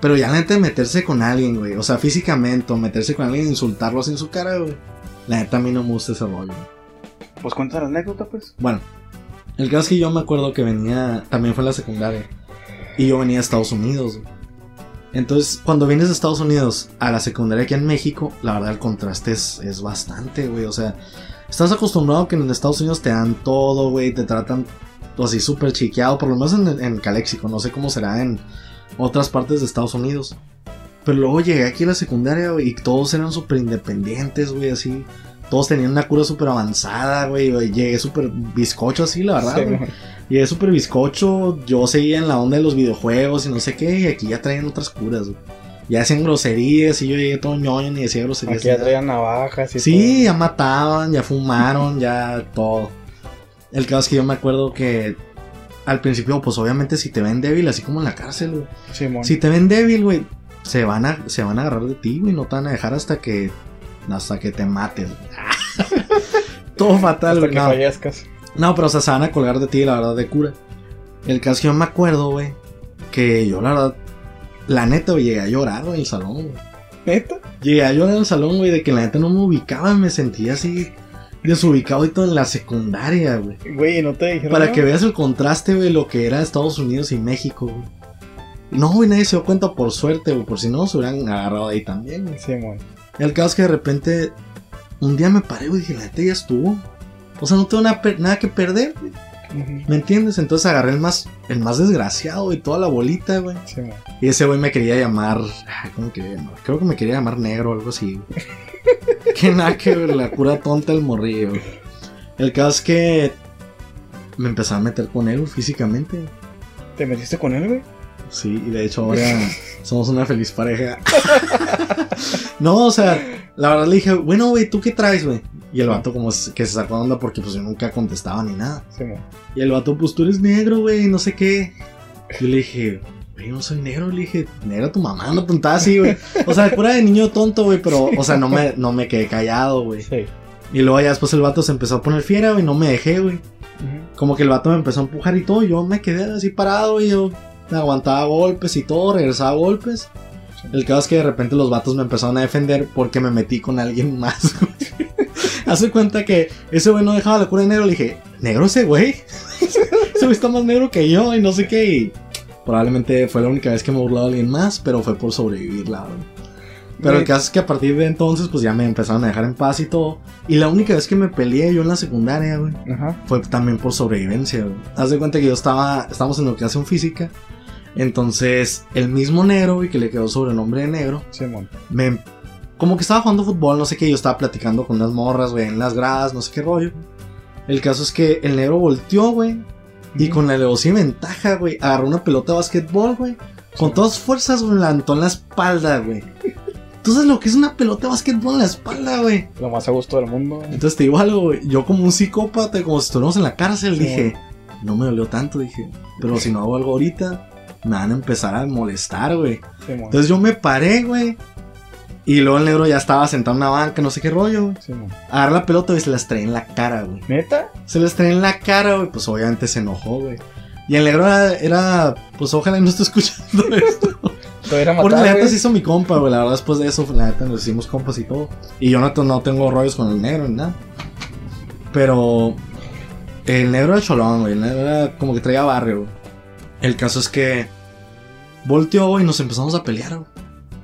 Speaker 1: Pero ya neta meterse con alguien, güey. O sea, físicamente o meterse con alguien e insultarlo así en su cara, güey. La neta a mí no me gusta ese rollo. güey.
Speaker 2: Pues cuenta la anécdota, pues.
Speaker 1: Bueno, el caso es que yo me acuerdo que venía, también fue en la secundaria, y yo venía a Estados Unidos. güey. Entonces, cuando vienes de Estados Unidos a la secundaria aquí en México, la verdad el contraste es, es bastante, güey. O sea, estás acostumbrado que en Estados Unidos te dan todo, güey, te tratan así súper chiqueado, por lo menos en, en Caléxico, no sé cómo será en otras partes de Estados Unidos. Pero luego llegué aquí a la secundaria, güey, y todos eran súper independientes, güey, así. Todos tenían una cura súper avanzada, güey. güey, Llegué súper bizcocho así, la verdad.
Speaker 2: Sí,
Speaker 1: güey.
Speaker 2: güey.
Speaker 1: Llegué súper bizcocho. Yo seguía en la onda de los videojuegos y no sé qué. Y aquí ya traían otras curas, güey. Ya hacían groserías y yo llegué todo ñoño y decía groserías.
Speaker 2: Aquí ya
Speaker 1: y-
Speaker 2: traían navajas y
Speaker 1: Sí,
Speaker 2: todo.
Speaker 1: ya mataban, ya fumaron, ya todo. El caso es que yo me acuerdo que al principio, pues obviamente si te ven débil, así como en la cárcel, güey.
Speaker 2: Simón.
Speaker 1: Si te ven débil, güey, se van a, se van a agarrar de ti, güey. No te van a dejar hasta que. hasta que te mates. güey. todo fatal,
Speaker 2: Hasta
Speaker 1: güey.
Speaker 2: que
Speaker 1: No.
Speaker 2: fallezcas.
Speaker 1: No, pero o sea, se van a colgar de ti, la verdad, de cura. El caso es que yo me acuerdo, güey, que yo la verdad. La neta, güey, llegué a llorar, güey, en el salón, güey.
Speaker 2: ¿Neta?
Speaker 1: Llegué a llorar al salón, güey, de que la neta no me ubicaba, me sentía así desubicado y todo en la secundaria, güey.
Speaker 2: Güey, no te dijeron
Speaker 1: Para
Speaker 2: nada?
Speaker 1: que veas el contraste, güey, lo que era Estados Unidos y México, güey. No, güey, nadie se dio cuenta por suerte, güey, por si no, se hubieran agarrado ahí también, güey.
Speaker 2: Simón.
Speaker 1: El caso es que de repente, un día me paré, güey, y dije, la neta ya estuvo. O sea, no tengo nada, per- nada que perder, güey.
Speaker 2: Ujú.
Speaker 1: ¿me entiendes? Entonces agarré el más, el más desgraciado y toda la bolita, güey.
Speaker 2: Simón.
Speaker 1: Y ese güey me quería llamar. ah, ¿Cómo quería llamar? Creo que me quería llamar negro o algo así. güey. que nada que ver, la cura tonta el morrillo. güey. El caso es que me empecé a meter con él güey, físicamente.
Speaker 2: ¿Te metiste con él, güey?
Speaker 1: Sí, y de hecho ahora somos una feliz pareja. no, o sea, la verdad le dije, bueno, güey, ¿tú qué traes, güey? Y el vato como que se sacó de onda porque pues yo nunca contestaba ni nada.
Speaker 2: Sí, mo.
Speaker 1: Y el vato, pues tú eres negro, güey, no sé qué. Yo le dije, güey, yo no soy negro. Le dije, negra tu mamá, no tontada así, güey. O sea, cura de niño tonto, güey, pero, o sea, no me, no me quedé callado, güey.
Speaker 2: Sí.
Speaker 1: Y luego ya después el vato se empezó a poner fiera, güey, no me dejé, güey. Como que el vato me empezó a empujar y todo. Yo me quedé así parado y yo me aguantaba golpes y todo, regresaba golpes. El caso es que de repente los vatos me empezaron a defender porque me metí con alguien más, güey. Hace cuenta que ese güey no dejaba la cura de negro. Le dije, ¿negro ese güey? ese güey está más negro que yo y no sé qué. Y probablemente fue la única vez que me burló alguien más, pero fue por sobrevivir, la verdad. Pero el caso es que a partir de entonces, pues ya me empezaron a dejar en paz y todo. Y la única vez que me peleé yo en la secundaria, güey,
Speaker 2: Ajá.
Speaker 1: fue también por sobrevivencia, güey. Haz de cuenta que yo estaba, estábamos en educación física. Entonces, el mismo negro, güey, que le quedó sobrenombre de negro,
Speaker 2: Sí, mon.
Speaker 1: me... Como que estaba jugando fútbol, no sé qué, yo estaba platicando con unas morras, güey, en las gradas, no sé qué rollo. El caso es que el negro volteó, güey, y con la alevosía y ventaja, güey, agarró una pelota de básquetbol, güey. Con todas sus fuerzas, güey, la aventó en la espalda, güey. Entonces lo que es una pelota de básquetbol en la espalda, güey.
Speaker 2: Lo más a gusto del mundo. güey.
Speaker 1: Entonces te digo algo, güey. Yo como un psicópata, como si estuviéramos en la cárcel,
Speaker 2: Sí.
Speaker 1: dije, no me dolió tanto, dije. Pero si no hago algo ahorita, me van a empezar a molestar, güey.
Speaker 2: Sí, mon.
Speaker 1: Entonces yo me paré, güey. Y luego el negro ya estaba sentado en una banca, no sé qué rollo, güey.
Speaker 2: Sí, mon.
Speaker 1: Agarré la pelota, güey, se la estrellé en la cara, güey.
Speaker 2: ¿Neta?
Speaker 1: Se la estrellé en la cara, güey. Pues obviamente se enojó, güey. Y el negro era, era, pues ojalá y no esté escuchando esto.
Speaker 2: Te voy a ir a
Speaker 1: Porque la
Speaker 2: matar,
Speaker 1: neta
Speaker 2: güey.
Speaker 1: se hizo mi compa, güey. La verdad, después de eso, la neta nos hicimos compas y todo. Y yo no, te- no tengo rollos con el negro ni nada. Pero el negro era cholón, güey. El negro era como que traía barrio, güey. El caso es que volteó, güey, y nos empezamos a pelear,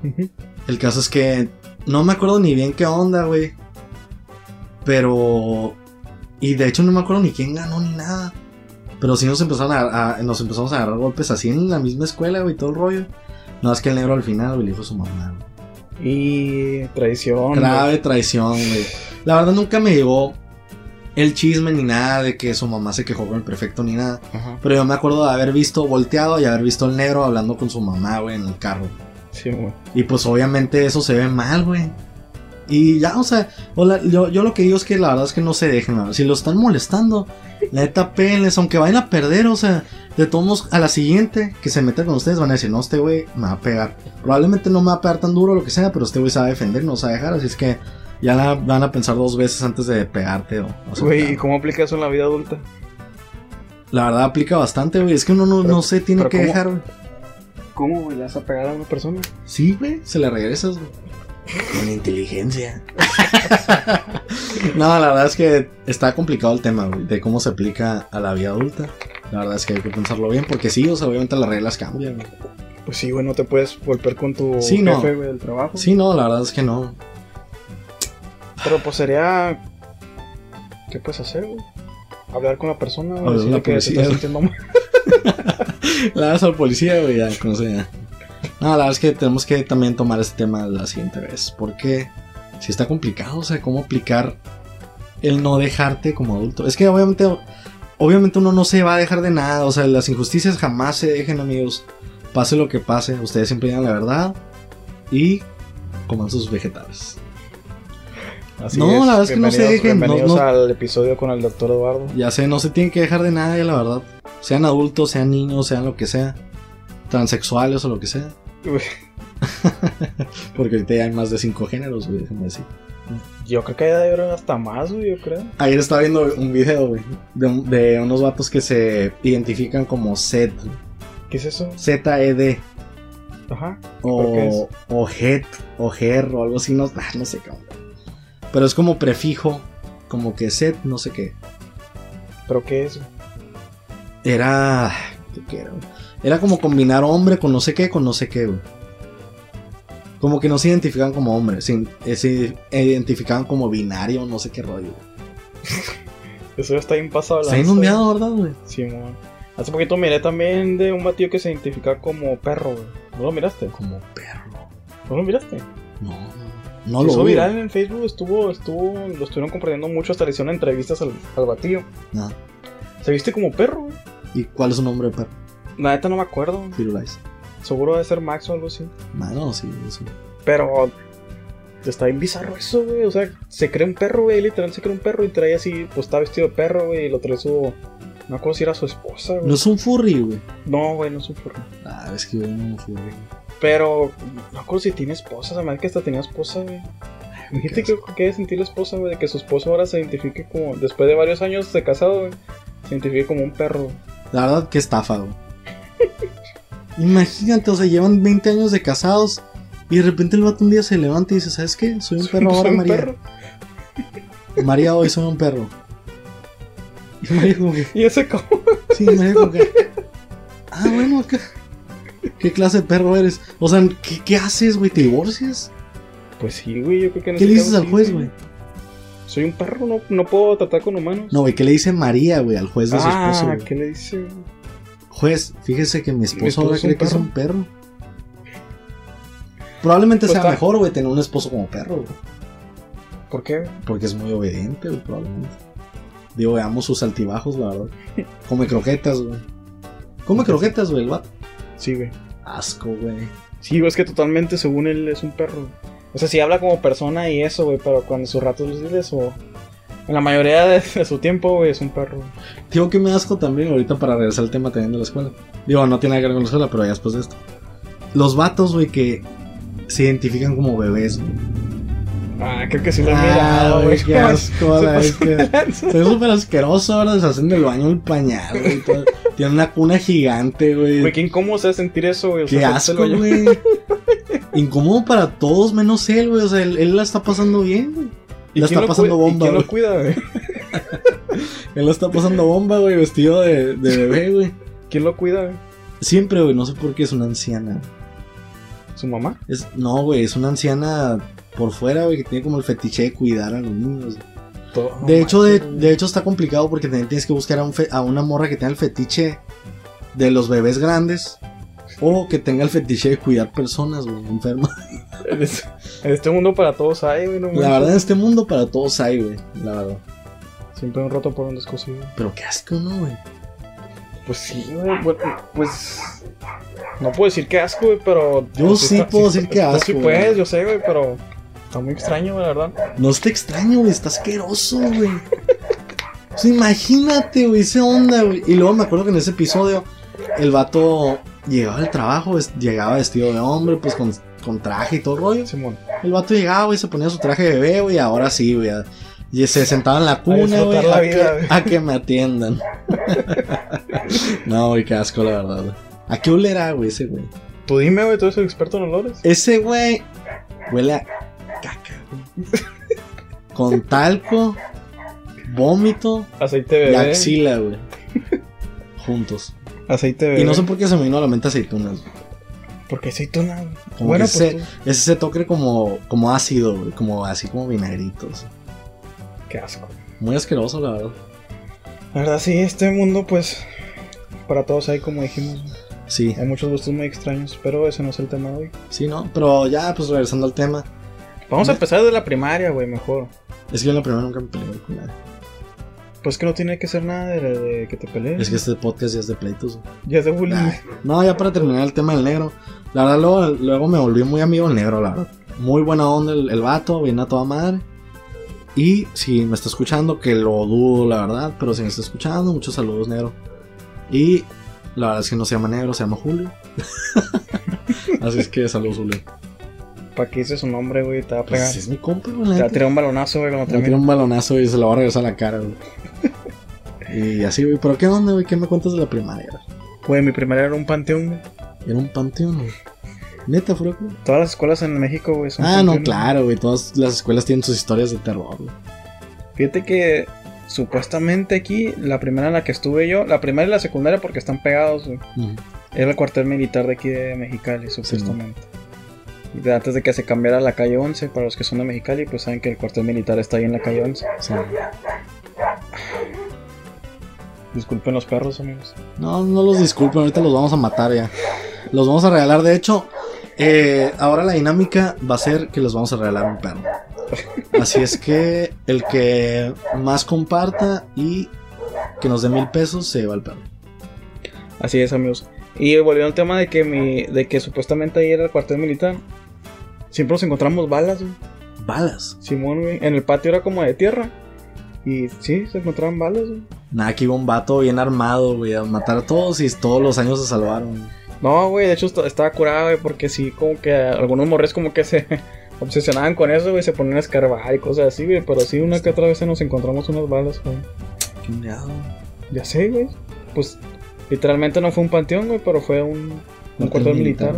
Speaker 1: güey.
Speaker 2: Ujú.
Speaker 1: El caso es que no me acuerdo ni bien qué onda, güey. Pero. Y de hecho no me acuerdo ni quién ganó ni nada. Pero sí nos empezaron a, a- nos empezamos a agarrar golpes así en la misma escuela, güey, todo el rollo. No es que el negro al final, güey, le dijo a su mamá. güey.
Speaker 2: Y traición.
Speaker 1: Grave traición, güey. La verdad nunca me llegó el chisme ni nada de que su mamá se quejó con el prefecto ni nada.
Speaker 2: güey. Ajá.
Speaker 1: Pero yo me acuerdo de haber visto volteado y haber visto al negro hablando con su mamá, güey, en el carro.
Speaker 2: Sí, mon.
Speaker 1: Y pues obviamente eso se ve mal, güey. Y ya, o sea, o la- yo, yo lo que digo es que la verdad es que no se dejen, la verdad. Si lo están molestando, la neta, pélenles, aunque vayan a perder, o sea, de todos modos, a la siguiente que se meta con ustedes van a decir, no, este güey me va a pegar. Probablemente no me va a pegar tan duro o lo que sea, pero este güey sabe defender, no sabe dejar, así es que ya la van a pensar dos veces antes de pegarte o, o sea,
Speaker 2: Güey, ¿y cómo aplica eso en la vida adulta?
Speaker 1: La verdad aplica bastante, güey. Es que uno no,
Speaker 2: Pero-
Speaker 1: no se tiene
Speaker 2: pero
Speaker 1: que
Speaker 2: ¿cómo?
Speaker 1: dejar, güey.
Speaker 2: ¿Cómo, güey? ¿Le vas a pegar a una persona?
Speaker 1: Sí, güey, se la regresas, güey. Con inteligencia. no, la verdad es que está complicado el tema, güey, de cómo se aplica a la vida adulta. La verdad es que hay que pensarlo bien, porque sí, o sea, obviamente las reglas cambian. güey.
Speaker 2: Pues sí, güey, no te puedes golpear con tu
Speaker 1: Sí, no.
Speaker 2: jefe, güey, del trabajo.
Speaker 1: Sí, no, la verdad es que no.
Speaker 2: Pero pues sería. ¿Qué puedes hacer, güey? Hablar con la persona,
Speaker 1: Hablar
Speaker 2: güey.
Speaker 1: con
Speaker 2: Decirle
Speaker 1: la
Speaker 2: que te
Speaker 1: policía,
Speaker 2: estás
Speaker 1: güey.
Speaker 2: sintiendo mal.
Speaker 1: La das al policía, güey, ya, con eso ya. No, la verdad es que tenemos que también tomar este tema la siguiente vez, porque sí está complicado, o sea, cómo aplicar el no dejarte como adulto. Es que obviamente, obviamente uno no se va a dejar de nada, o sea, las injusticias jamás se dejen, amigos. Pase lo que pase, ustedes siempre digan la verdad y coman sus vegetales.
Speaker 2: Así
Speaker 1: No, la verdad es que no se
Speaker 2: bienvenidos-
Speaker 1: dejen, no-
Speaker 2: Bienvenidos
Speaker 1: no-
Speaker 2: al episodio con el doctor Eduardo.
Speaker 1: Ya sé, no se tienen que dejar de nadie, la verdad. Sean adultos, sean niños, sean lo que sea. Transexuales o lo que sea.
Speaker 2: Uy.
Speaker 1: Porque ahorita ya hay más de cinco géneros, güey, déjame decir.
Speaker 2: Yo creo que ya debe haber hasta más, güey, yo creo.
Speaker 1: Ayer estaba viendo un video, güey, de, un- de unos vatos que se identifican como Z,
Speaker 2: ¿Qué es eso?
Speaker 1: Z-E-D,
Speaker 2: Ajá. ¿Por qué es?
Speaker 1: o, o JET, o GER, o algo así, no, ah, no sé qué. onda. Pero es como prefijo, como que Z, no sé qué.
Speaker 2: ¿Pero qué es?
Speaker 1: Era. ¿qué que era? güey? Era como combinar hombre con no sé qué, con no sé qué, güey. Como que no se identificaban como hombre, se, eh, se identificaban como binario, no sé qué rollo. güey.
Speaker 2: Eso ya está bien pasado.
Speaker 1: Está inundado, ¿verdad, güey?
Speaker 2: Sí, mon. Hace poquito miré también de un batido que se identifica como perro, güey. ¿No lo miraste?
Speaker 1: Como perro.
Speaker 2: ¿No lo miraste?
Speaker 1: No, no lo
Speaker 2: Se hizo
Speaker 1: dudo.
Speaker 2: viral en Facebook, estuvo, estuvo, lo estuvieron compartiendo mucho, hasta le hicieron entrevistas al, al batillo.
Speaker 1: No.
Speaker 2: ¿Se viste como perro? güey?
Speaker 1: ¿Y cuál es su nombre de perro?
Speaker 2: La neta no me acuerdo. güey.
Speaker 1: Firulais.
Speaker 2: Seguro debe ser Max o algo así.
Speaker 1: Bueno, Ah, sí, sí.
Speaker 2: Pero está bien bizarro eso, güey. O sea, se cree un perro, güey. Literal se cree un perro y trae así, pues está vestido de perro, güey. Y lo trae su. No me acuerdo si era su esposa,
Speaker 1: No
Speaker 2: güey.
Speaker 1: es un furry, güey.
Speaker 2: No, güey, no es un furro.
Speaker 1: Ah, es que yo no furry.
Speaker 2: Pero no me acuerdo si tiene esposa. Se me hace que hasta tenía esposa, güey. Dijiste que, que debe sentir la esposa, güey, de que su esposo ahora se identifique como. Después de varios años de casado, güey, se identifique como un perro.
Speaker 1: La verdad, qué estafa, güey. Imagínate, o sea, llevan 20 años de casados y de repente el vato un día se levanta y dice, ¿sabes qué? Soy un perro
Speaker 2: Soy
Speaker 1: ahora,
Speaker 2: un
Speaker 1: María.
Speaker 2: perro.
Speaker 1: María hoy soy un perro. Y María como que,
Speaker 2: Y ese como.
Speaker 1: sí, María como que, ah, bueno, acá. ¿Qué clase de perro eres? O sea, ¿qué, qué haces, güey? ¿Te divorcias?
Speaker 2: Pues sí, güey, yo creo que en
Speaker 1: ¿Qué
Speaker 2: ese
Speaker 1: le dices
Speaker 2: caso
Speaker 1: al
Speaker 2: sí,
Speaker 1: juez, güey?
Speaker 2: Soy un perro, no, no puedo tratar con humanos.
Speaker 1: No, güey, ¿qué le dice María, güey, al juez de su
Speaker 2: ah,
Speaker 1: esposo? güey?
Speaker 2: ¿qué le dice? güey?
Speaker 1: Juez, fíjese que mi esposo
Speaker 2: esposo
Speaker 1: ahora
Speaker 2: es un
Speaker 1: cree que es
Speaker 2: perro.
Speaker 1: un perro. Probablemente
Speaker 2: Pues
Speaker 1: sea
Speaker 2: está-
Speaker 1: mejor, güey, tener un esposo como perro, güey.
Speaker 2: ¿Por qué?
Speaker 1: Porque es muy obediente, güey, probablemente. Digo, veamos sus altibajos, la verdad. Come croquetas, güey. Come croquetas, güey, el vato.
Speaker 2: Sí, güey.
Speaker 1: Asco, güey.
Speaker 2: Sí, güey, es que totalmente según él es un perro. güey. O sea, sí habla como persona y eso, güey, pero cuando sus ratos libres o. En la mayoría de, de su tiempo, güey, es un perro. güey.
Speaker 1: Digo que me asco también, ahorita para regresar al tema también de la escuela. Digo, no tiene nada que ver con la escuela, pero ya después de esto. Los vatos, güey, que se identifican como bebés, güey.
Speaker 2: Ah, creo que sí lo he
Speaker 1: Ah,
Speaker 2: mirado, güey.
Speaker 1: Qué asco,
Speaker 2: Se
Speaker 1: la
Speaker 2: pasó
Speaker 1: bestia.
Speaker 2: de lanza.
Speaker 1: Se ve súper asqueroso, ahora deshacen del baño el pañal, güey. todo. Tiene una cuna gigante,
Speaker 2: Güey,
Speaker 1: güey.
Speaker 2: qué incómodo se hace sentir eso, güey. O
Speaker 1: Qué
Speaker 2: sea, se- se
Speaker 1: asco,
Speaker 2: lo lleva-
Speaker 1: güey. Incómodo para todos menos él, güey. O sea, él, él la está pasando bien, güey.
Speaker 2: ¿Y
Speaker 1: La está
Speaker 2: quién lo
Speaker 1: pasando
Speaker 2: cuida-
Speaker 1: bomba,
Speaker 2: ¿Y quién
Speaker 1: güey.
Speaker 2: lo cuida, güey?
Speaker 1: Él la está pasando bomba, güey, vestido de, de bebé, güey.
Speaker 2: ¿Quién lo cuida, güey?
Speaker 1: Siempre, güey, no sé por qué es una anciana.
Speaker 2: ¿Su mamá?
Speaker 1: Es, no, güey, es una anciana por fuera, güey, que tiene como el fetiche de cuidar a los niños.
Speaker 2: Todo-
Speaker 1: De
Speaker 2: no
Speaker 1: hecho, de,
Speaker 2: manches, güey.
Speaker 1: de hecho está complicado porque también tienes que buscar a, un fe- a una morra que tenga el fetiche de los bebés grandes o que tenga el fetiche de cuidar personas, güey, enfermas.
Speaker 2: En este, en este mundo para todos hay, güey. no
Speaker 1: La
Speaker 2: manches.
Speaker 1: verdad, en este mundo para todos hay, güey, la verdad.
Speaker 2: Siempre un roto por un descosido.
Speaker 1: Pero qué asco, ¿no, güey?
Speaker 2: Pues sí, güey. Pues, pues. No puedo decir que asco, güey, pero. pues,
Speaker 1: Yo sí
Speaker 2: está-
Speaker 1: puedo
Speaker 2: está-
Speaker 1: decir que
Speaker 2: tú
Speaker 1: asco,
Speaker 2: Sí,
Speaker 1: güey.
Speaker 2: puedes, yo sé, güey, pero. Está muy extraño, güey, la verdad.
Speaker 1: No está extraño, güey, está asqueroso, güey. O sea, imagínate, güey, esa onda, güey. Y luego me acuerdo que en ese episodio el vato llegaba al trabajo, ves- llegaba vestido de hombre, pues con, con traje y todo el rollo.
Speaker 2: Simón.
Speaker 1: El vato llegaba, güey, se ponía su traje de bebé, güey, ahora sí, güey. a- Y se sentaba en la cuna,
Speaker 2: disfrutar
Speaker 1: güey,
Speaker 2: la
Speaker 1: a,
Speaker 2: vida,
Speaker 1: que-
Speaker 2: güey.
Speaker 1: a que me atiendan. no, güey, qué asco, la verdad, güey. ¿A qué olerá, güey, ese güey?
Speaker 2: Tú dime, güey, tú eres el experto en olores.
Speaker 1: Ese güey huele a caca, güey. Con talco, vómito
Speaker 2: Aceite de
Speaker 1: y
Speaker 2: bebé.
Speaker 1: axila, güey. Juntos.
Speaker 2: Aceite de bebé.
Speaker 1: Y no sé por qué se me vino a la mente aceitunas, güey.
Speaker 2: ¿Por qué aceituna, güey?
Speaker 1: Como
Speaker 2: Bueno,
Speaker 1: que
Speaker 2: pues.
Speaker 1: ese,
Speaker 2: tú-
Speaker 1: ese se toque como, como ácido, güey, como así como vinagritos.
Speaker 2: Qué asco.
Speaker 1: Muy asqueroso, la verdad.
Speaker 2: La verdad, sí, este mundo, pues. Para todos hay, como dijimos. güey.
Speaker 1: Sí,
Speaker 2: Hay muchos gustos muy extraños, pero ese no es el tema de hoy.
Speaker 1: sí, ¿no? Pero ya, pues regresando al tema.
Speaker 2: Vamos a empezar desde la primaria, güey, mejor.
Speaker 1: Es que yo en la primera nunca me peleé con nadie.
Speaker 2: Pues que no tiene que ser nada de, de que te pelees.
Speaker 1: Es Ah. que este podcast ya es de pleitos. güey.
Speaker 2: Ya es de bullying.
Speaker 1: Ay, No, ya para terminar el tema del negro. La verdad, luego, luego me volví muy amigo del negro, la verdad. Muy buena onda el, el vato, bien a toda madre. Y si me está escuchando, que lo dudo, la verdad, pero si me está escuchando, muchos saludos, negro. Y la verdad es que no se llama negro, se llama Julio. Así es que saludos, Julio.
Speaker 2: ¿Para qué hice su nombre, güey? Te va a pegar.
Speaker 1: Pues, es mi compa, güey. la
Speaker 2: Te va a
Speaker 1: neta.
Speaker 2: tirar un balonazo, güey, cuando
Speaker 1: Le tira
Speaker 2: termine.
Speaker 1: un balonazo y se lo va a regresar a la cara, güey. Y así, güey. ¿Pero qué onda, güey? ¿Qué me cuentas de la primaria? güey?
Speaker 2: Güey, mi primaria era un panteón, güey.
Speaker 1: Era un panteón, güey. Neta, fue güey.
Speaker 2: Todas las escuelas en México, güey, son
Speaker 1: Ah, no,
Speaker 2: panteones.
Speaker 1: claro, güey. Todas las escuelas tienen sus historias de terror, güey.
Speaker 2: Fíjate que supuestamente aquí, la primera en la que estuve yo, la primaria y la secundaria porque están pegados, güey.
Speaker 1: Ujú.
Speaker 2: Era el cuartel militar de aquí de Mexicali,
Speaker 1: Sí, ¿no?
Speaker 2: supuestamente. Y de antes de que se cambiara la calle 11, para los que son de Mexicali, pues saben que el cuartel militar está ahí en la calle 11.
Speaker 1: Sí.
Speaker 2: Disculpen los perros, amigos.
Speaker 1: No, no los disculpen, ahorita los vamos a matar ya. Los vamos a regalar, de hecho. eh, ahora la dinámica va a ser que los vamos a regalar un perro. Así es que el que más comparta y que nos dé mil pesos se va al perro.
Speaker 2: Así es, amigos. Y volviendo al tema de que mi, de que supuestamente ahí era el cuartel militar. Siempre nos encontramos balas, güey.
Speaker 1: Balas.
Speaker 2: Simón, güey. En el patio era como de tierra. Y sí, se encontraban balas, güey.
Speaker 1: Nada, que iba un vato bien armado, güey, a matar a todos y todos los años se salvaron.
Speaker 2: No, güey, de hecho est- estaba curado, güey, porque sí, como que algunos morres como que se obsesionaban con eso, güey, se ponían a escarbar y cosas así, güey, pero sí, una que otra vez se nos encontramos unas balas, güey.
Speaker 1: Qué meado.
Speaker 2: Ya sé, güey. Pues literalmente no fue un panteón, güey, pero fue un, un
Speaker 1: Cuartel
Speaker 2: cuartel militar.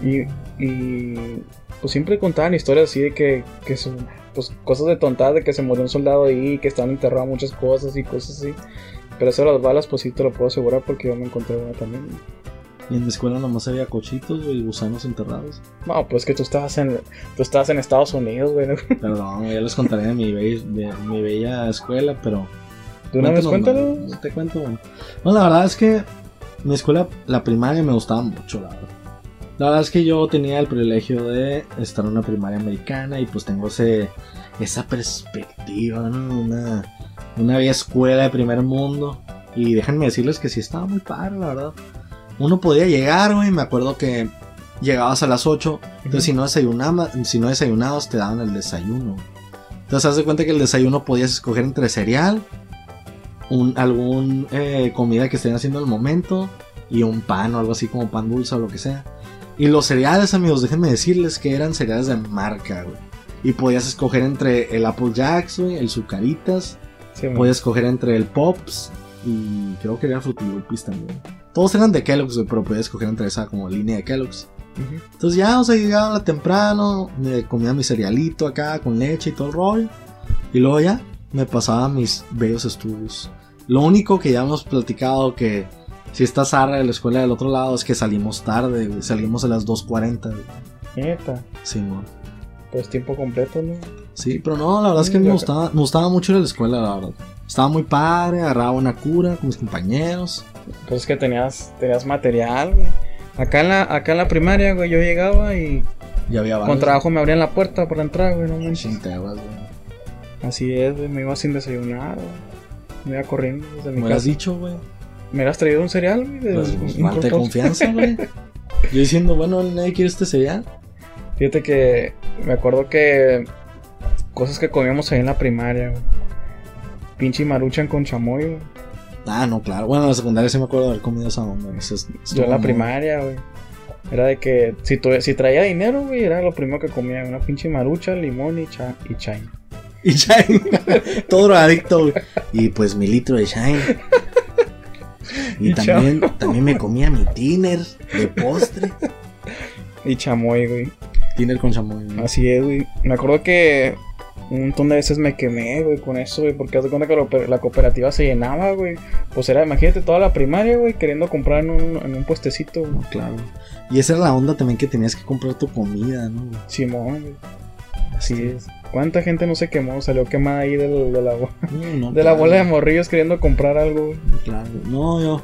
Speaker 1: militar.
Speaker 2: güey. Y, y pues siempre contaban historias así de que, que se- pues cosas de tontadas, de que se murió un soldado ahí, que estaban enterradas muchas cosas y cosas así. Pero eso de las balas, pues sí te lo puedo asegurar porque yo me encontré una también. güey.
Speaker 1: Y en mi escuela nomás había cochitos, güey, y gusanos enterrados.
Speaker 2: No, pues que tú estabas en, tú estabas en Estados Unidos, güey. ¿no?
Speaker 1: Perdón, güey, ya les contaré de mi, be- de mi bella escuela, pero.
Speaker 2: De una vez
Speaker 1: Cuéntanos,
Speaker 2: cuéntalo.
Speaker 1: man, Te cuento, güey. No, la verdad es que mi escuela, la primaria, me gustaba mucho, la verdad. La verdad es que yo tenía el privilegio de estar en una primaria americana y pues tengo ese, esa perspectiva, ¿no? Una, una vieja escuela de primer mundo. Y déjenme decirles que sí estaba muy padre, la verdad. Uno podía llegar, güey, me acuerdo que llegabas a las 8 entonces, si no, desayunaba, si no desayunabas, te daban el desayuno. Entonces, haz de cuenta que el desayuno podías escoger entre cereal, un, algún eh, comida que estén haciendo al momento, y un pan o algo así como pan dulce o lo que sea. Y los cereales, amigos, déjenme decirles que eran cereales de marca, güey. Y podías escoger entre el Apple Jacks, güey, el Zucaritas,
Speaker 2: Sí, man.
Speaker 1: podías escoger entre el Pops y creo que era Frutilupis también. Todos eran de Kellogg's, güey, pero podías escoger entre esa como línea de Kellogg's.
Speaker 2: Ujú.
Speaker 1: Entonces ya, o sea, llegaba la temprano, me comía mi cerealito acá con leche y todo el rollo. Y luego ya me pasaba a mis bellos estudios. Lo único que ya hemos platicado que si está Sara de la escuela del otro lado es que salimos tarde, güey, salimos a las 2.40. güey.
Speaker 2: Neta,
Speaker 1: Sí, güey.
Speaker 2: pues tiempo completo, ¿no?
Speaker 1: Sí, pero no, la verdad es que
Speaker 2: Mm,
Speaker 1: me
Speaker 2: ya.
Speaker 1: gustaba, me gustaba mucho ir a la escuela, la verdad. Estaba muy padre, agarraba una cura con mis compañeros.
Speaker 2: Pues es que tenías, tenías material, güey. Acá en, la, acá en la primaria, güey, yo llegaba y
Speaker 1: Ya había varios.
Speaker 2: con trabajo me abrían la puerta para entrar, güey, no manches.
Speaker 1: Chinteras, güey.
Speaker 2: Así es, güey, me iba sin desayunar, güey. Me iba corriendo desde mi
Speaker 1: Me hubieras
Speaker 2: casa. Eh,
Speaker 1: dicho, güey.
Speaker 2: ¿Me hubieras traído un cereal, güey? de-
Speaker 1: Pues,
Speaker 2: un
Speaker 1: falta de
Speaker 2: cortado?
Speaker 1: confianza, güey. Yo diciendo, bueno, nadie quiere este cereal.
Speaker 2: Fíjate que me acuerdo que cosas que comíamos ahí en la primaria, güey. Pinche maruchan con chamoy, güey.
Speaker 1: Ah, no, claro. Bueno, en la secundaria sí me acuerdo de haber comido esa onda. Eso es-
Speaker 2: Yo en la
Speaker 1: estuvo
Speaker 2: primaria, güey. Era de que si, tu- si traía dinero, güey, era lo primero que comía. Una pinche marucha, limón y, cha y chain.
Speaker 1: muy- Y Shine. Todo drogadicto, güey. Y pues mi litro de Shine. Y,
Speaker 2: Y
Speaker 1: también, también me comía mi tiner de postre.
Speaker 2: Y chamoy, güey.
Speaker 1: Tiner con chamoy. güey.
Speaker 2: Así es, güey. Me acuerdo que un montón de veces me quemé, güey, con eso, güey, porque haz de cuenta que lo- la cooperativa se llenaba, güey. Pues era, imagínate, toda la primaria, güey, queriendo comprar en un, en un puestecito, güey.
Speaker 1: No, claro. Y esa era la onda también que tenías que comprar tu comida, ¿no? güey?
Speaker 2: Simón, güey. Así es. ¿Cuánta gente no se quemó? Salió quemada ahí del- de, la, bo-
Speaker 1: No, no,
Speaker 2: de la
Speaker 1: claro.
Speaker 2: bola de morrillos queriendo comprar algo, güey.
Speaker 1: Claro, no, yo.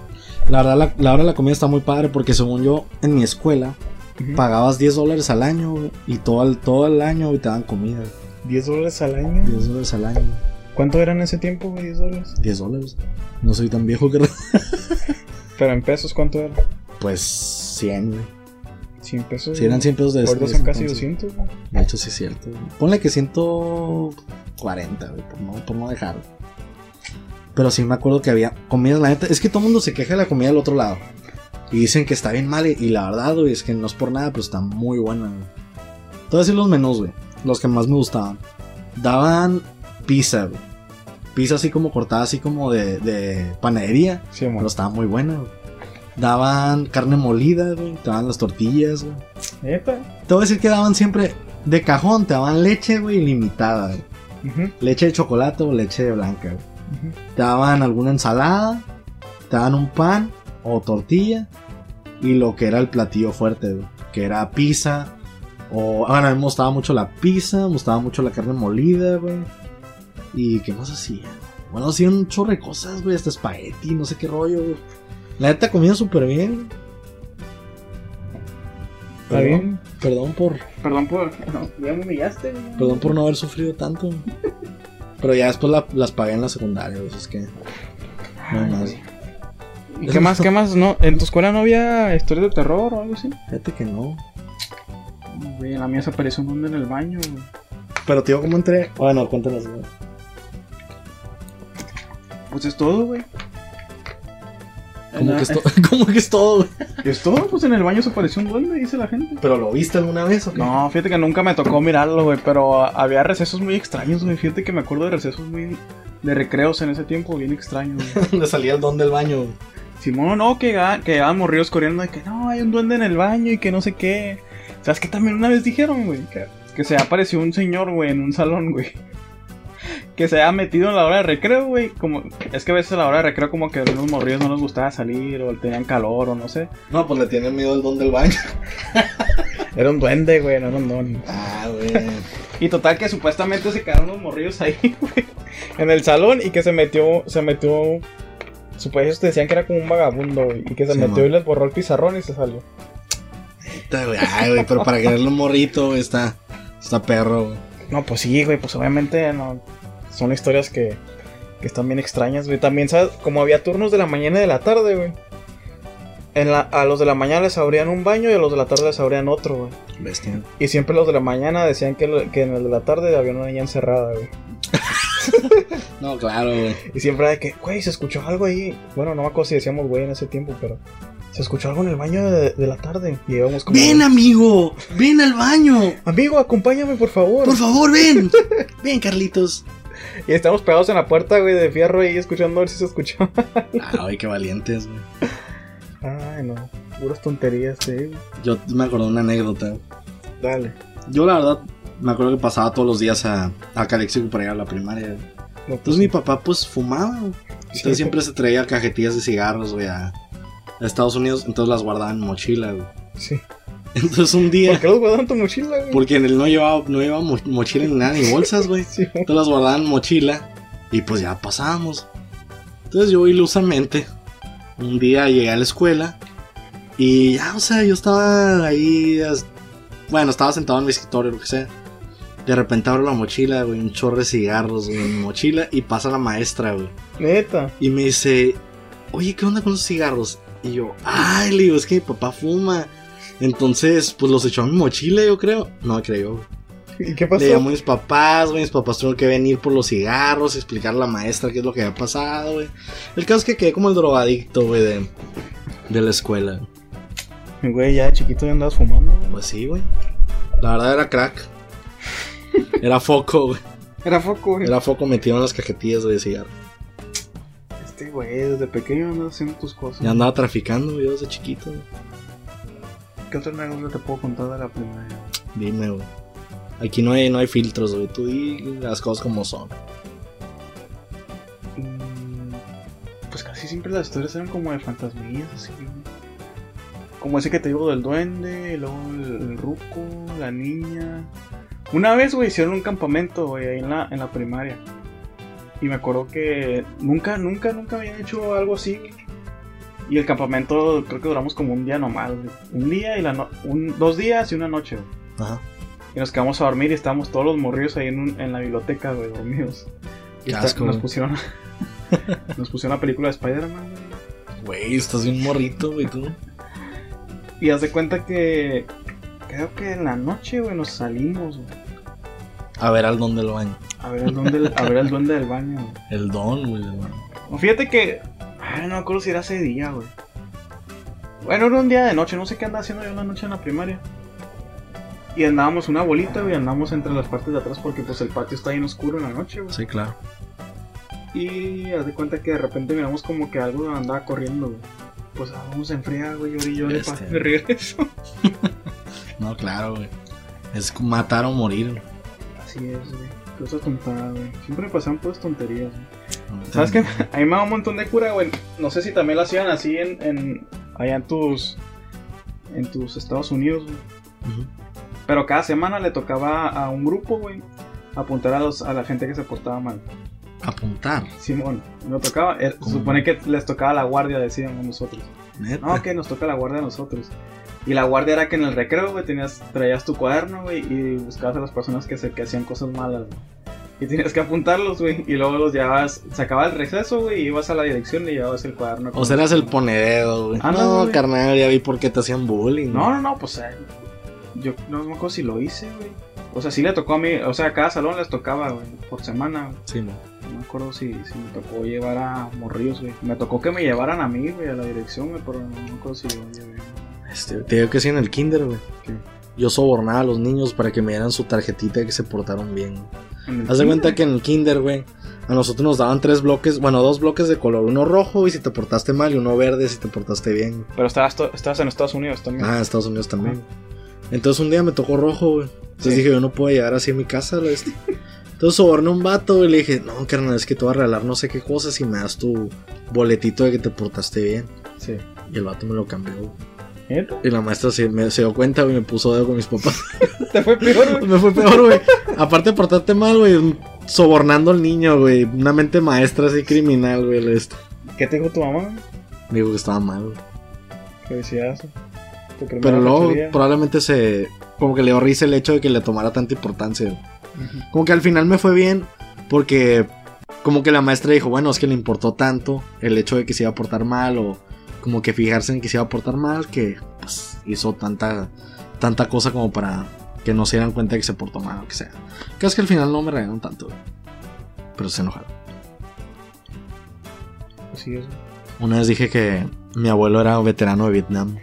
Speaker 1: La verdad, la, la hora de la comida está muy padre porque, según yo, en mi escuela
Speaker 2: Ujú.
Speaker 1: pagabas 10 dólares al año güey, y todo el, todo el año güey, te daban comida.
Speaker 2: 10 dólares al año.
Speaker 1: 10 dólares al año.
Speaker 2: ¿Cuánto eran en ese tiempo, güey? 10 dólares.
Speaker 1: 10 dólares. No soy tan viejo que.
Speaker 2: Pero en pesos, ¿cuánto era?
Speaker 1: Pues 100, güey.
Speaker 2: 100 pesos.
Speaker 1: Si eran 100 pesos de
Speaker 2: Ahorita
Speaker 1: de ese
Speaker 2: son casi
Speaker 1: entonces.
Speaker 2: 200, güey.
Speaker 1: De hecho, sí es cierto. güey. Ponle que 140, güey, por no, por no dejar. Pero sí me acuerdo que había comidas, la neta. Es que todo el mundo se queja de la comida del otro lado. Y dicen que está bien mal. Y, y la verdad, güey, es que no es por nada, pero está muy buena, güey. Te voy a decir los menús, güey. Los que más me gustaban. Daban pizza, güey. Pizza así como cortada, así como de, de panadería.
Speaker 2: Sí,
Speaker 1: Pero
Speaker 2: amor.
Speaker 1: estaba muy buena, güey. Daban carne molida, güey. Te daban las tortillas, güey.
Speaker 2: Neta.
Speaker 1: Te voy a decir que daban siempre de cajón, te daban leche, güey, ilimitada. güey.
Speaker 2: Ujú,
Speaker 1: Leche de chocolate o leche blanca. güey.
Speaker 2: ujú.
Speaker 1: Te daban alguna ensalada, te daban un pan o tortilla y lo que era el platillo fuerte, güey, que era pizza. O, bueno, a mí me gustaba mucho la pizza, me gustaba mucho la carne molida, güey. ¿Y qué más hacía? Bueno, hacían un chorro de cosas, güey, hasta espagueti, no sé qué rollo, güey. La neta comía súper bien.
Speaker 2: Está bien.
Speaker 1: Perdón por,
Speaker 2: Perdón por. No, ya me humillaste. güey.
Speaker 1: Perdón por no haber sufrido tanto. Pero ya después la- las pagué en la secundaria, pues, es que. nada más.
Speaker 2: Ah, ¿Y qué más? ¿Qué más? No, ¿En tu escuela no había historias de terror o algo así?
Speaker 1: Fíjate que no.
Speaker 2: Güey, en la mía se apareció un hombre en el baño. güey.
Speaker 1: Pero tío, ¿cómo entré? Bueno, cuéntanos. güey.
Speaker 2: Pues es todo, güey.
Speaker 1: ¿Cómo
Speaker 2: En-
Speaker 1: que, esto, ¿Cómo que es todo, güey?
Speaker 2: Es todo, pues en el baño se apareció un duende, dice la gente.
Speaker 1: ¿Pero lo viste alguna vez o qué?
Speaker 2: No, fíjate que nunca me tocó mirarlo, güey, pero había recesos muy extraños, güey. Fíjate que me acuerdo de recesos muy... de recreos en ese tiempo bien extraños, güey.
Speaker 1: Le salía el don del baño. güey.
Speaker 2: Simón, no, que llegaban, que llegaban morridos corriendo de que no, hay un duende en el baño y que no sé qué. ¿Sabes qué también una vez dijeron, güey? Que, que se apareció un señor, güey, en un salón, güey. Que se había metido en la hora de recreo, güey. Como, es que a veces a la hora de recreo como que a los morridos no les gustaba salir o tenían calor o no sé.
Speaker 1: No, pues le tiene miedo el don del baño.
Speaker 2: Era un duende, güey, no era un don.
Speaker 1: Ah, güey.
Speaker 2: Y total que supuestamente se quedaron unos morridos ahí, güey. En el salón y que se metió, se metió... Supuestamente decían que era como un vagabundo, güey. Y que
Speaker 1: se metió y
Speaker 2: les borró el pizarrón y se salió.
Speaker 1: Neta, güey. Ay, güey, pero para quererle un morrito, güey, está, está perro, güey.
Speaker 2: No, pues sí, güey, pues obviamente no. Son historias que, que están bien extrañas, güey. También, ¿sabes? Como había turnos de la mañana y de la tarde, güey. En la- a los de la mañana les abrían un baño y a los de la tarde les abrían otro, güey.
Speaker 1: Bestia.
Speaker 2: Y siempre los de la mañana decían que, lo- que en el de la tarde había una niña encerrada, güey.
Speaker 1: No, claro, güey.
Speaker 2: Y siempre era de que, güey, se escuchó algo ahí. Bueno, no me acuerdo si decíamos, güey, en ese tiempo, pero se escuchó algo en el baño de, de la tarde. Y íbamos como.
Speaker 1: Ven, amigo. Ven al baño.
Speaker 2: Amigo, acompáñame, por favor.
Speaker 1: Por favor, ven. Ven, Carlitos.
Speaker 2: Y estamos pegados en la puerta, güey, de fierro ahí escuchando a ver si se escuchó.
Speaker 1: Ah, güey, qué valientes, güey.
Speaker 2: Ay, no. Puras tonterías, eh.
Speaker 1: Yo me acuerdo de una anécdota.
Speaker 2: Dale.
Speaker 1: Yo, la verdad, me acuerdo que pasaba todos los días a, a Calexico para llegar a la primaria. güey.
Speaker 2: No,
Speaker 1: Entonces, mi papá, pues, fumaba, güey.
Speaker 2: Sí.
Speaker 1: Entonces siempre se traía cajetillas de cigarros, güey, a a Estados Unidos. Entonces las guardaba en mochila, güey.
Speaker 2: Sí.
Speaker 1: Entonces un
Speaker 2: ¿Por
Speaker 1: día,
Speaker 2: qué los guardaron en tu mochila, güey?
Speaker 1: porque en él no llevaba, no llevaba mo- mochila ni nada, ni bolsas, güey.
Speaker 2: Sí.
Speaker 1: Entonces las guardaba en mochila y pues ya pasábamos. Entonces yo ilusamente, un día llegué a la escuela y ya, o sea, yo estaba ahí, as- bueno, estaba sentado en mi escritorio, lo que sea. De repente abro la mochila, güey, un chorro de cigarros, güey, en mi mochila y pasa la maestra, güey.
Speaker 2: Neta.
Speaker 1: Y me dice, oye, ¿qué onda con los cigarros? Y yo, ay, le digo, es que mi papá fuma. Entonces, pues los echó a mi mochila, yo creo. No creo.
Speaker 2: ¿Y qué
Speaker 1: Le
Speaker 2: pasó?
Speaker 1: llamó a mis papás, güey. Mis papás tuvieron que venir por los cigarros, explicar a la maestra qué es lo que había pasado, güey. El caso es que quedé como el drogadicto, güey, de, de la escuela.
Speaker 2: Güey, ya de chiquito ya andabas fumando. güey.
Speaker 1: Pues sí, güey. La verdad era crack. Era foco, güey.
Speaker 2: Era foco, güey.
Speaker 1: Era foco metido en las cajetillas, güey, de cigarro.
Speaker 2: Este güey, desde pequeño andas haciendo tus cosas.
Speaker 1: Ya andaba traficando, güey, desde chiquito, güey.
Speaker 2: ¿Qué otra anécdota te puedo contar de la primaria?
Speaker 1: Dime, güey. Aquí no hay, no hay filtros, güey. Tú di las cosas como son.
Speaker 2: Mm, Pues casi siempre las historias eran como de fantasmías, así. güey. Como ese que te digo del duende, luego el, el ruco, la niña. Una vez, güey, hicieron un campamento, güey, ahí en la, en la primaria. Y me acuerdo que nunca, nunca, nunca habían hecho algo así. güey. Y el campamento creo que duramos como un día nomás, güey. Un día y la no- un, dos días y una noche, güey.
Speaker 1: Ajá.
Speaker 2: Y nos quedamos a dormir y estábamos todos los morridos ahí en, un- en la biblioteca, güey, dormidos.
Speaker 1: Qué
Speaker 2: Está-
Speaker 1: asco,
Speaker 2: nos
Speaker 1: güey.
Speaker 2: pusieron nos pusieron la película de Spider-Man güey.
Speaker 1: Güey, estás bien morrito, güey, tú.
Speaker 2: y haz de cuenta que creo que en la noche güey nos salimos güey,
Speaker 1: A ver al don del baño.
Speaker 2: a ver el duende a ver el duende del baño güey.
Speaker 1: El don, güey, del baño.
Speaker 2: O fíjate que ay, no me acuerdo si era ese día güey bueno era un día de noche no sé qué andaba haciendo yo una noche en la primaria y andábamos una bolita güey andábamos entre las partes de atrás porque pues el patio está bien oscuro en la noche güey
Speaker 1: Sí, claro.
Speaker 2: Y haz de cuenta que de repente miramos como que algo andaba corriendo, güey. Pues ah, vamos a enfriar, güey, yo y yo le
Speaker 1: Este.
Speaker 2: paso de regreso.
Speaker 1: No, claro, güey. Es como matar o morir. güey.
Speaker 2: Así es, güey. Cosas tontadas, güey. Siempre me pasaban puras tonterías, güey.
Speaker 1: No,
Speaker 2: ¿Sabes qué?
Speaker 1: te-
Speaker 2: A mí me da un montón de cura, güey. No sé si también lo hacían así en, en allá en tus en tus Estados Unidos, güey.
Speaker 1: Ujú.
Speaker 2: Pero cada semana le tocaba a un grupo, güey, apuntar a los a la gente que se portaba mal.
Speaker 1: Apuntar,
Speaker 2: Simón, no tocaba, eh, se
Speaker 1: ¿Cómo?
Speaker 2: supone que les tocaba la guardia, decíamos nosotros.
Speaker 1: neta.
Speaker 2: No, que nos toca la guardia a nosotros. Y la guardia era que en el recreo, güey, tenías, traías tu cuaderno, güey, y buscabas a las personas que, se, que hacían cosas malas, güey.
Speaker 3: Y tenías que apuntarlos, güey. Y luego los llevabas, sacaba el receso, güey, y ibas a la dirección y llevabas el cuaderno.
Speaker 1: O sea, eras el ponedero, güey.
Speaker 3: Ah, no,
Speaker 1: no,
Speaker 3: güey.
Speaker 1: carnal, ya vi por qué te hacían bullying.
Speaker 3: No, no, no, pues eh, yo no me acuerdo si lo hice, güey. O sea, sí le tocó a mí, o sea, a cada salón les tocaba, güey, por semana, güey.
Speaker 1: Sí, no.
Speaker 3: No me acuerdo si, si me tocó llevar a morrillos, güey. Me tocó que me llevaran a mí, güey, a la dirección, güey, pero no me acuerdo si yo llevé.
Speaker 1: Este, te digo que sí en el kinder, güey.
Speaker 3: ¿Qué?
Speaker 1: Yo sobornaba a los niños para que me dieran su tarjetita de que se portaron bien. güey.
Speaker 3: En el
Speaker 1: Haz de
Speaker 3: kinder.
Speaker 1: cuenta que en el kinder, güey, a nosotros nos daban tres bloques, bueno, dos bloques de color, uno rojo y si te portaste mal y uno verde si te portaste bien. güey.
Speaker 3: Pero estabas, to- estabas en Estados Unidos también.
Speaker 1: Ah, en Estados Unidos también. Entonces un día me tocó rojo, güey. Entonces
Speaker 3: Sí.
Speaker 1: dije, yo no puedo llegar así a mi casa, lo este. Entonces soborné a un vato, güey, y le dije, no, carnal, es que te voy a regalar no sé qué cosas y me das tu boletito de que te portaste bien.
Speaker 2: Sí.
Speaker 1: Y el vato me lo cambió. güey.
Speaker 3: ¿Neta?
Speaker 1: Y la maestra se, me, se dio cuenta, güey, y me puso dedo con mis papás.
Speaker 2: Te fue peor, güey.
Speaker 1: Me fue peor, güey. Aparte de portarte mal, güey. Sobornando al niño, güey. Una mente maestra así criminal, güey. lo Este.
Speaker 2: ¿Qué te dijo tu mamá?
Speaker 1: Digo que estaba mal, güey.
Speaker 2: Felicidades. Tu primera
Speaker 1: Pero luego
Speaker 2: fechoría.
Speaker 1: probablemente se... Como que le dio risa el hecho de que le tomara tanta importancia. güey.
Speaker 2: Ujú.
Speaker 1: Como que al final me fue bien porque... Como que la maestra dijo, bueno, es que le importó tanto el hecho de que se iba a portar mal o como que fijarse en que se iba a portar mal que pues, hizo tanta, tanta cosa como para que no se dieran cuenta de que se portó mal o que sea. Que es que al final no me regañaron tanto, güey. Pero se enojaron.
Speaker 2: Así es.
Speaker 1: Una vez dije que mi abuelo era veterano de Vietnam.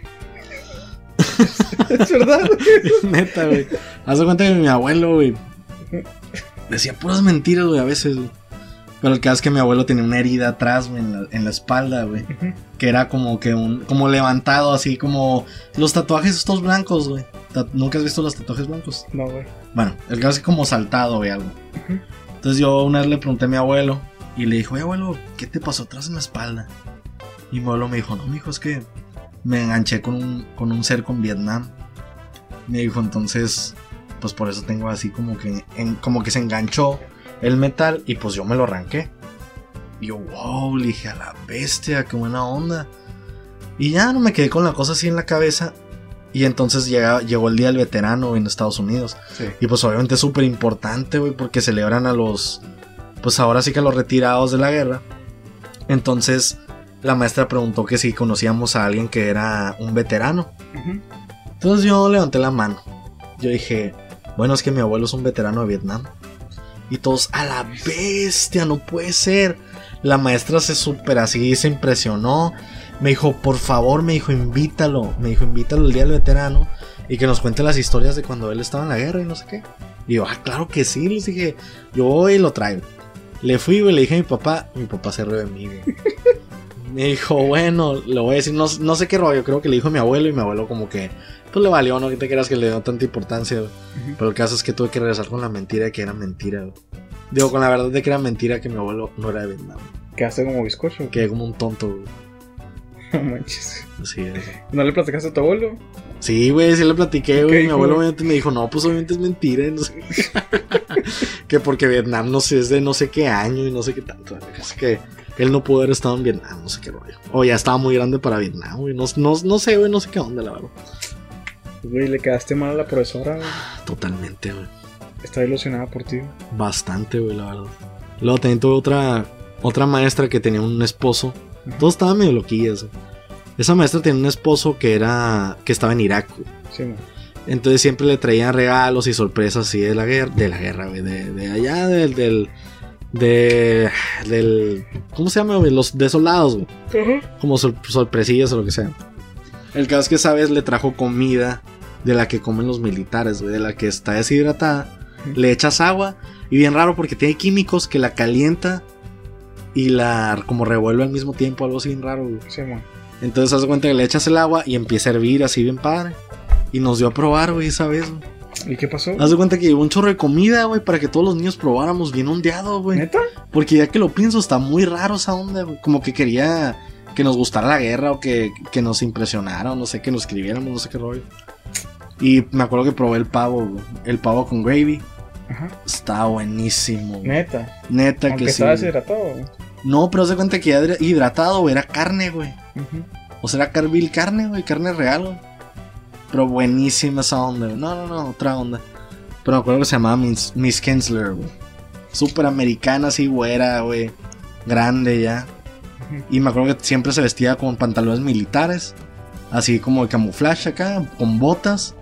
Speaker 2: Es verdad.
Speaker 1: Neta, güey. Haz de cuenta que mi abuelo, güey. Decía puras mentiras, güey, a veces, güey. Pero el caso es que mi abuelo tenía una herida atrás, güey, en la, en la espalda, güey.
Speaker 2: Ujú.
Speaker 1: Que era como que un. Como levantado, así como. Los tatuajes estos blancos, güey. Ta- ¿Nunca has visto los tatuajes blancos?
Speaker 2: No, güey.
Speaker 1: Bueno, el caso es que como saltado, güey, algo.
Speaker 2: Ujú.
Speaker 1: Entonces yo una vez le pregunté a mi abuelo y le dijo, oye abuelo, ¿qué te pasó atrás en la espalda? Y mi abuelo me dijo, no, mijo, es que me enganché con un, con un cerco en Vietnam. Me dijo, entonces, pues por eso tengo así como que, en- como que se enganchó el metal y pues yo me lo arranqué. Y yo, wow, le dije a la bestia, qué buena onda. Y ya no me quedé con la cosa así en la cabeza. Y entonces llega- llegó el día del veterano en Estados Unidos.
Speaker 3: Sí.
Speaker 1: Y pues obviamente es súper importante, güey, porque celebran a los, pues ahora sí que a los retirados de la guerra. Entonces la maestra preguntó que si conocíamos a alguien que era un veterano.
Speaker 3: Ujú.
Speaker 1: Entonces yo levanté la mano. Yo dije, bueno, es que mi abuelo es un veterano de Vietnam. Y todos, a la bestia, no puede ser. La maestra se súper así, se impresionó. Me dijo, por favor, me dijo, invítalo. Me dijo, invítalo el día del veterano. Y que nos cuente las historias de cuando él estaba en la guerra y no sé qué. Y yo, ah, claro que sí. Les dije, yo voy y lo traigo. Le fui, güey, le dije a mi papá. Mi papá se rió de mí, güey. Me dijo, bueno, le voy a decir, no, no sé qué rollo. Creo que le dijo a mi abuelo y mi abuelo como que... Pues le valió, no que te creas que le dio tanta importancia, güey.
Speaker 3: Ujú.
Speaker 1: Pero el caso es que tuve que regresar con la mentira de que era mentira, güey. Digo, con la verdad de que era mentira que mi abuelo no era de Vietnam.
Speaker 2: Quedaste como bizcocho.
Speaker 1: Quedé como un tonto, güey.
Speaker 2: No manches.
Speaker 1: Así es.
Speaker 2: ¿No le platicaste a tu abuelo?
Speaker 1: Sí, güey, sí le platiqué, güey. Mi
Speaker 2: dijo,
Speaker 1: abuelo
Speaker 2: güey?
Speaker 1: obviamente me dijo, no, pues obviamente es mentira. y no sé qué. que porque Vietnam no sé, es de no sé qué año y no sé qué tanto. güey. Así que él no pudo haber estado en Vietnam, no sé qué rollo. O ya estaba muy grande para Vietnam, güey. No, no, no sé, güey, no sé qué onda, la verdad.
Speaker 2: Güey, le quedaste mal a la profesora, güey.
Speaker 1: Totalmente, güey.
Speaker 2: Está ilusionada por ti. güey.
Speaker 1: Bastante, güey, la verdad. Luego también tuve otra, otra maestra que tenía un esposo.
Speaker 2: Ajá.
Speaker 1: Todos estaban medio loquillas. güey. Esa maestra tenía un esposo que era. que estaba en Irak, güey.
Speaker 2: Sí, man.
Speaker 1: Entonces siempre le traían regalos y sorpresas así de la guerra. De la guerra, güey. De, de allá, del. del. de- del. ¿Cómo se llama, güey? Los de soldados, güey. Como sor- sorpresillas o lo que sea. El caso es que esa vez le trajo comida de la que comen los militares, güey. De la que está deshidratada. Le echas agua. Y bien raro porque tiene químicos que la calienta y la como revuelve al mismo tiempo, algo así bien raro, güey.
Speaker 2: Sí, man.
Speaker 1: Entonces haz de cuenta que le echas el agua y empieza a hervir así bien padre. Y nos dio a probar, güey, esa vez, güey.
Speaker 2: ¿Y qué pasó?
Speaker 1: Haz de cuenta que llevó un chorro de comida, güey, para que todos los niños probáramos bien ondeado, güey.
Speaker 2: ¿Neta?
Speaker 1: Porque ya que lo pienso, está muy raro esa onda, güey. Como que quería que nos gustara la guerra o que, que nos impresionara, o no sé, que nos escribiéramos, no sé qué rollo. Y me acuerdo que probé el pavo, güey. El pavo con gravy.
Speaker 2: Ajá.
Speaker 1: Está buenísimo, güey.
Speaker 2: Neta.
Speaker 1: Neta
Speaker 2: Aunque
Speaker 1: que sí.
Speaker 2: estaba
Speaker 1: güey.
Speaker 2: deshidratado. güey.
Speaker 1: No, pero haz de cuenta que ya hidra- hidratado, güey, era carne, güey.
Speaker 2: Ujú.
Speaker 1: O sea, era carvil carne, güey, carne real, güey. Pero buenísima esa onda, güey. No, no, no, otra onda. Pero me acuerdo que se llamaba Miss, Miss Kensler, güey. súper americana, así güera, güey. Grande ya. Y me acuerdo que siempre se vestía con pantalones militares, así como de camuflaje acá, con botas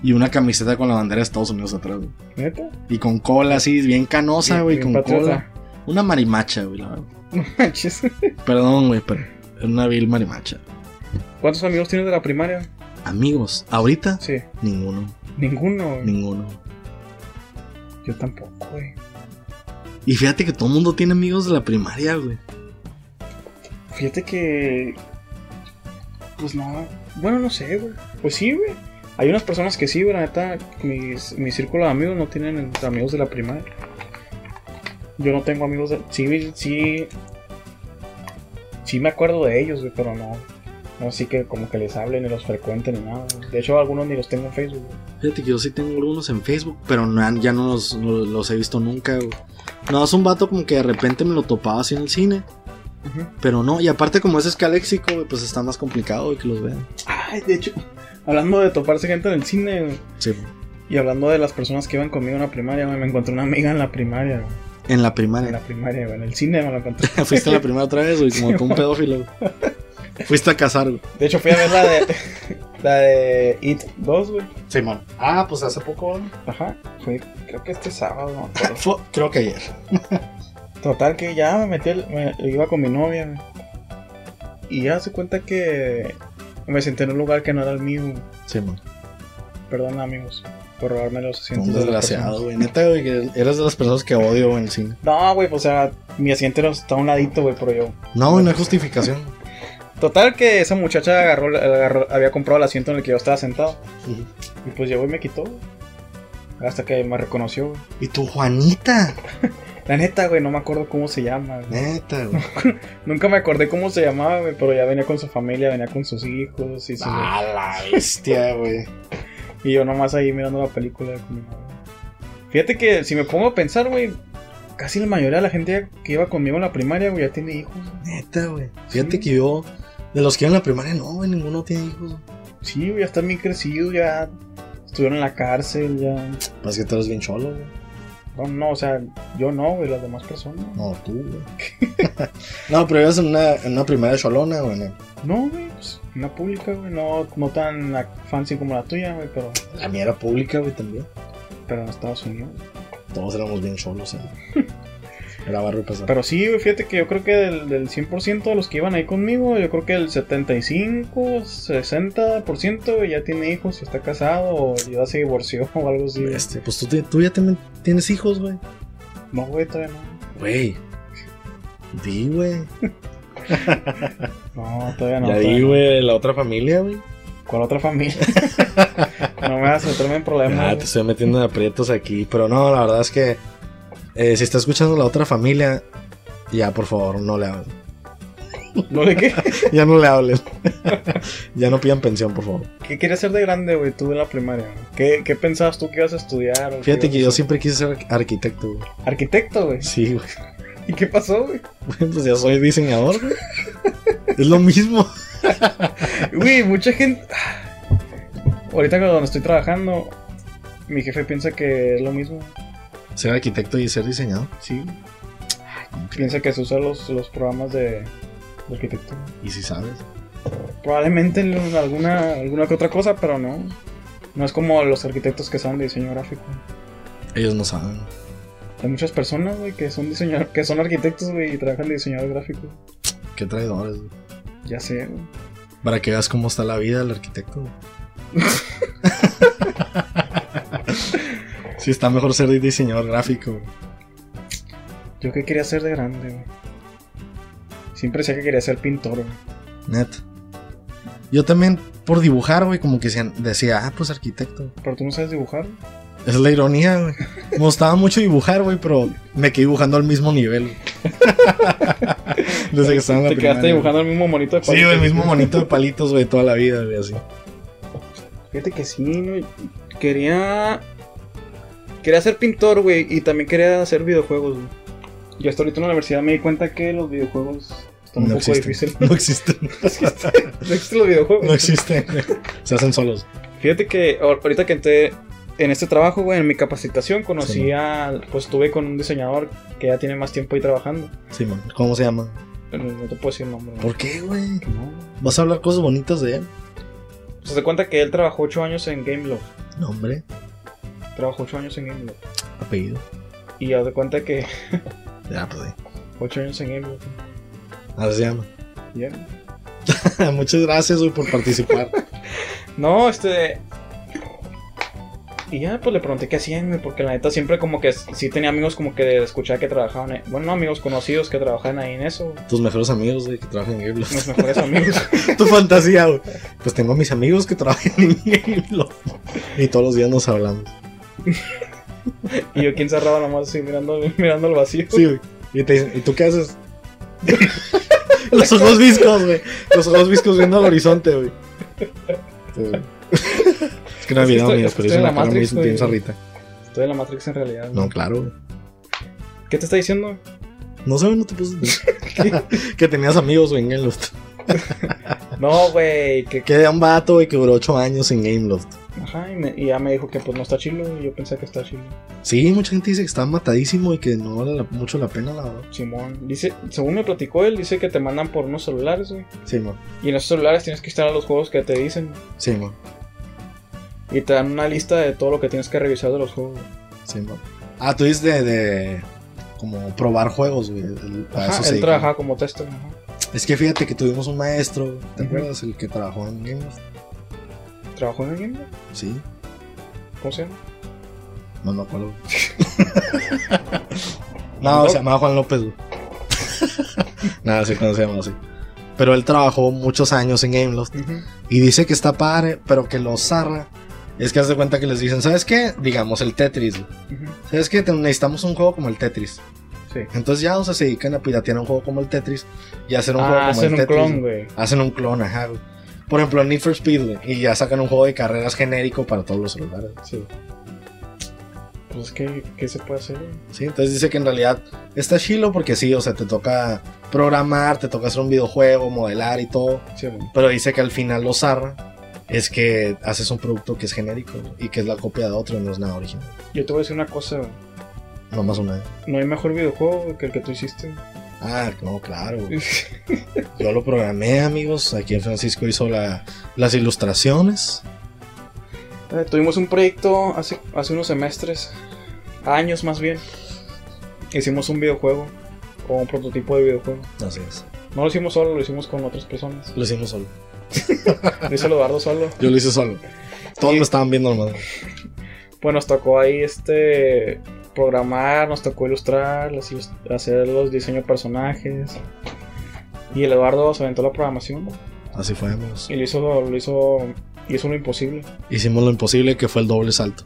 Speaker 1: y una camiseta con la bandera de Estados Unidos atrás. güey.
Speaker 2: ¿Neta?
Speaker 1: Y con cola así, bien canosa,
Speaker 2: Bien-
Speaker 1: güey,
Speaker 2: bien
Speaker 1: con
Speaker 2: patriota.
Speaker 1: cola. Una marimacha, güey, la verdad.
Speaker 2: No manches.
Speaker 1: Perdón, güey, pero era una vil marimacha.
Speaker 2: ¿Cuántos amigos tienes de la primaria?
Speaker 1: Amigos, ahorita,
Speaker 2: Sí.
Speaker 1: ninguno,
Speaker 2: Ninguno, güey.
Speaker 1: ninguno.
Speaker 2: Yo tampoco, güey.
Speaker 1: Y fíjate que todo el mundo tiene amigos de la primaria, güey.
Speaker 2: Fíjate que. Pues no. Bueno, no sé, güey. Pues sí, güey. Hay unas personas que sí, güey. La neta, mis, mi círculo de amigos no tienen amigos de la primaria. Yo no tengo amigos de. Sí, güey, sí. Sí, me acuerdo de ellos, güey, pero no. No, así que como que les hablen ni los frecuenten ni nada. güey. De hecho, algunos ni los tengo en Facebook, güey.
Speaker 1: Fíjate que yo sí tengo algunos en Facebook, pero no han- ya no los, no los he visto nunca, güey. No, es un vato como que de repente me lo topaba así en el cine, pero no. Y aparte como es escaléxico, güey, pues está más complicado güey, que los vean.
Speaker 2: Ay, de hecho, hablando de toparse gente en el cine, güey.
Speaker 1: Sí, güey.
Speaker 2: Y hablando de las personas que iban conmigo en la primaria, güey, me encontré una amiga en la primaria, güey.
Speaker 1: en la
Speaker 2: En la
Speaker 1: primaria.
Speaker 2: primaria, güey, en el cine me la encontré.
Speaker 1: Fuiste la primera otra vez, güey, como con un pedófilo. güey. Fuiste a cazar, güey.
Speaker 2: De hecho, fui a ver la de. la de It 2, güey.
Speaker 1: Simón. Ah, pues hace poco.
Speaker 2: Ajá. Fue, creo que este sábado, no me acuerdo.
Speaker 1: creo que ayer.
Speaker 2: Total, que ya me metí. al- me- iba con mi novia, güey. Y ya se cuenta que. Me senté en un lugar que no era el mío. güey.
Speaker 1: Simón.
Speaker 2: Perdón, amigos, por robarme los asientos.
Speaker 1: Un
Speaker 2: de las
Speaker 1: desgraciado, güey. Neta, güey, que eres de las personas que odio güey, en el cine.
Speaker 2: personas. No, güey, pues, o sea, mi asiento era- está a un ladito, güey, pero yo.
Speaker 1: No, güey, no hay justificación.
Speaker 2: Total, que esa muchacha agarró, agarró- había comprado el asiento en el que yo estaba sentado. Y pues llegó y me quitó, güey. Hasta que me reconoció, güey.
Speaker 1: y tu Juanita.
Speaker 2: La neta, güey, no me acuerdo cómo se llama. güey.
Speaker 1: Neta, güey.
Speaker 2: Nunca me acordé cómo se llamaba, güey, pero ya venía con su familia, venía con sus hijos y, su-
Speaker 1: A la bestia, güey.
Speaker 2: y yo nomás ahí mirando la película con mi mamá. Fíjate que si me pongo a pensar, güey, casi la mayoría de la gente que iba conmigo en la primaria, güey, ya tiene hijos. güey.
Speaker 1: Neta, güey. Fíjate
Speaker 2: Sí.
Speaker 1: que yo, de los que iban en la primaria, no, güey, ninguno tiene hijos.
Speaker 2: Sí, güey, ya están bien crecidos, ya estuvieron en la cárcel, ya.
Speaker 1: Más que tú eres bien cholo, güey.
Speaker 2: No, no, o sea, yo no, güey, las demás personas.
Speaker 1: No, tú, güey. no, pero ibas en una, en una primaria cholona, güey. ¿no?
Speaker 2: No, güey, pues, una pública, güey, no, no tan ah, fancy como la tuya, güey, pero,
Speaker 1: La mía era pública, güey, también.
Speaker 2: pero en Estados Unidos.
Speaker 1: Todos éramos bien cholos, güey. Era barrio y pesado.
Speaker 2: Pero sí, güey, fíjate que yo creo que del, del 100% de los que iban ahí conmigo, yo creo que el 75, 60% güey, ya tiene hijos, ya está casado, o ya se divorció o algo así. güey.
Speaker 1: Este, pues tú, te- tú ya te- tienes hijos, güey.
Speaker 2: No, güey, todavía no.
Speaker 1: Güey. Di, güey.
Speaker 2: No, todavía no.
Speaker 1: y
Speaker 2: todavía
Speaker 1: ahí,
Speaker 2: no.
Speaker 1: güey, la otra familia, güey.
Speaker 2: Con otra familia. no me vas a meterme en problemas.
Speaker 1: Ah,
Speaker 2: güey.
Speaker 1: te estoy metiendo en aprietos aquí. Pero no, la verdad es que eh, si está escuchando la otra familia, ya por favor, no le hablen.
Speaker 2: ¿No de qué?
Speaker 1: Ya no le hablen. ya no pidan pensión, por favor.
Speaker 2: ¿Qué quieres ser de grande, güey, tú de la primaria? güey? ¿Qué, ¿Qué pensabas tú que ibas a estudiar? o qué
Speaker 1: Fíjate
Speaker 2: ibas
Speaker 1: que
Speaker 2: a
Speaker 1: yo
Speaker 2: hacer?
Speaker 1: siempre quise ser arquitecto, güey.
Speaker 2: Arquitecto, güey.
Speaker 1: Sí, güey.
Speaker 2: ¿Y qué pasó, güey?
Speaker 1: Pues ya soy diseñador, güey. Es lo mismo.
Speaker 2: Güey, mucha gente. Ahorita que donde estoy trabajando, mi jefe piensa que es lo mismo.
Speaker 1: Ser arquitecto y ser diseñador.
Speaker 2: Sí. Piensa que se usan los, los programas de, de arquitectura.
Speaker 1: Y si sabes.
Speaker 2: Probablemente en alguna, alguna que otra cosa, pero no. No es como los arquitectos que saben de diseño gráfico.
Speaker 1: Ellos no saben.
Speaker 2: Hay muchas personas, güey, que son diseñador, que son arquitectos, güey, y trabajan de diseñador gráfico.
Speaker 1: Qué traidores, güey.
Speaker 2: Ya sé, güey.
Speaker 1: Para que veas cómo está la vida del arquitecto. güey. sí, está mejor ser diseñador gráfico, güey.
Speaker 2: Yo qué quería ser de grande, güey. Siempre decía que quería ser pintor, güey.
Speaker 1: Neta. Yo también, por dibujar, güey, como que decían- decía, ah, pues arquitecto.
Speaker 2: Pero tú no sabes dibujar.
Speaker 1: Esa es la ironía, güey. Me gustaba mucho dibujar, güey, pero me quedé dibujando al mismo nivel. güey. Desde que estaba en la
Speaker 2: Te
Speaker 1: primaria,
Speaker 2: quedaste dibujando el mismo monito de
Speaker 1: güey. Sí, güey, el mismo monito de palitos, güey, toda la vida, güey, así.
Speaker 2: Fíjate que sí, güey. Quería. Quería ser pintor, güey. Y también quería hacer videojuegos, güey. Yo hasta ahorita en la universidad me di cuenta que los videojuegos están un
Speaker 1: No
Speaker 2: poco
Speaker 1: existen.
Speaker 2: difíciles.
Speaker 1: No existen.
Speaker 2: No existen los videojuegos.
Speaker 1: No existen, güey. Se hacen solos.
Speaker 2: Fíjate que ahor- ahorita que entré. en este trabajo, güey, en mi capacitación, conocí a. Pues estuve con un diseñador que ya tiene más tiempo ahí trabajando.
Speaker 1: Simón, ¿cómo se llama?
Speaker 2: Pero no te puedo decir el nombre. güey.
Speaker 1: ¿Por qué, güey?
Speaker 2: Que no.
Speaker 1: ¿Vas a hablar cosas bonitas de él?
Speaker 2: O sea, se cuenta que él trabajó 8 años en GameLoft.
Speaker 1: No, hombre,
Speaker 2: Trabajó 8 años en GameLoft.
Speaker 1: apellido.
Speaker 2: Y haz de cuenta que.
Speaker 1: Ya, pues sí.
Speaker 2: 8 años en GameLoft.
Speaker 1: Así se llama.
Speaker 2: Ya.
Speaker 1: Muchas gracias, güey, por participar.
Speaker 2: No, este. Y ya, pues le pregunté qué hacían, güey, porque la neta siempre como que s- sí tenía amigos como que escuchaba que trabajaban ahí. Bueno, no amigos conocidos que trabajaban ahí en eso,
Speaker 1: Tus mejores amigos, güey, que trabajan en Gameloft.
Speaker 2: mis mejores amigos.
Speaker 1: tu fantasía, güey. Pues tengo a mis amigos que trabajan en Gameloft. Y todos los días nos hablamos.
Speaker 2: Y yo quien cerraba nomás así mirando, mirando el vacío.
Speaker 1: Sí, güey. Y te dicen, ¿y tú qué haces? los ojos viscos, güey. Los ojos viscos viendo al horizonte, güey. Sí, güey. es que no había
Speaker 2: Es que
Speaker 1: video,
Speaker 2: estoy-
Speaker 1: amigos, pero
Speaker 2: estoy
Speaker 1: hice
Speaker 2: en la
Speaker 1: una cara muy
Speaker 2: Matrix, güey.
Speaker 1: bien zarrita.
Speaker 2: Estoy en la Matrix en realidad. güey.
Speaker 1: No, claro, güey.
Speaker 2: ¿Qué te está diciendo?
Speaker 1: No sé, no te puse. que tenías amigos, güey, en Gameloft.
Speaker 2: No, güey, que...
Speaker 1: Que era un vato, güey, que duró 8 años en Gameloft.
Speaker 2: Ajá, y, me- y ya me dijo que pues no está chilo, y yo pensé que está chilo.
Speaker 1: Sí, mucha gente dice que está matadísimo y que no vale la- mucho la pena, la verdad.
Speaker 2: Simón, dice, según me platicó él, dice que te mandan por unos celulares, güey.
Speaker 1: Sí, man.
Speaker 2: Y en esos celulares tienes que instalar los juegos que te dicen.
Speaker 1: Sí, man.
Speaker 2: Y te dan una lista de todo lo que tienes que revisar de los juegos. güey.
Speaker 1: Sí, man. Ah, tú dices de, de como probar juegos, güey. el- para
Speaker 2: Ajá,
Speaker 1: eso
Speaker 2: él
Speaker 1: se dedica.
Speaker 2: trabajaba como tester. ajá.
Speaker 1: Es que fíjate que tuvimos un maestro, ¿te
Speaker 2: Ujú.
Speaker 1: acuerdas? El que trabajó en Games.
Speaker 2: ¿Trabajó en el game?
Speaker 1: Sí,
Speaker 2: ¿Cómo se llama?
Speaker 1: no me acuerdo. no, se llamaba Juan López, güey. Nada, sí, no se llama así. Pero él trabajó muchos años en Gameloft y dice que está padre, pero que lo zarra. Es que hace cuenta que les dicen, ¿sabes qué? Digamos el Tetris, güey. ¿Sabes qué? Te- Necesitamos un juego como el Tetris.
Speaker 2: Sí.
Speaker 1: Entonces ya, o sea, se dedican a piratear un juego como el Tetris y hacer un juego
Speaker 2: Ah,
Speaker 1: como
Speaker 2: hacen
Speaker 1: el
Speaker 2: un
Speaker 1: Tetris.
Speaker 2: clon, güey.
Speaker 1: Hacen un clon, ajá, güey. Por ejemplo, Need for Speed, güey. Y ya sacan un juego de carreras genérico para todos los celulares.
Speaker 2: Sí. Pues ¿qué, qué se puede hacer, güey?
Speaker 1: Sí, entonces dice que en realidad está chilo porque sí, o sea, te toca programar, te toca hacer un videojuego, modelar y todo.
Speaker 2: Sí, güey.
Speaker 1: Pero dice que al final lo zarra es que haces un producto que es genérico güey, y que es la copia de otro y no es nada original.
Speaker 2: Yo te voy a decir una cosa, güey.
Speaker 1: Nomás una vez.
Speaker 2: No hay mejor videojuego güey, que el que tú hiciste. Eh,
Speaker 1: Ah, no, claro. güey.
Speaker 2: güey.
Speaker 1: Yo lo programé, amigos. Aquí en Francisco hizo la- las ilustraciones.
Speaker 2: Eh, tuvimos un proyecto hace, hace unos semestres, años más bien. Hicimos un videojuego, o un prototipo de videojuego.
Speaker 1: Así es.
Speaker 2: No lo hicimos solo, lo hicimos con otras personas.
Speaker 1: Lo hicimos solo.
Speaker 2: Lo hizo el Eduardo solo.
Speaker 1: Yo lo hice solo. Todos
Speaker 2: Sí.
Speaker 1: lo estaban viendo nomás.
Speaker 2: Pues nos tocó ahí este programar, nos tocó ilustrar, las ilus- hacer los diseños de personajes. Y el Eduardo se aventó la programación
Speaker 1: Así fue, amigos.
Speaker 2: y lo hizo, lo hizo, hizo lo imposible.
Speaker 1: Hicimos lo imposible que fue el doble salto.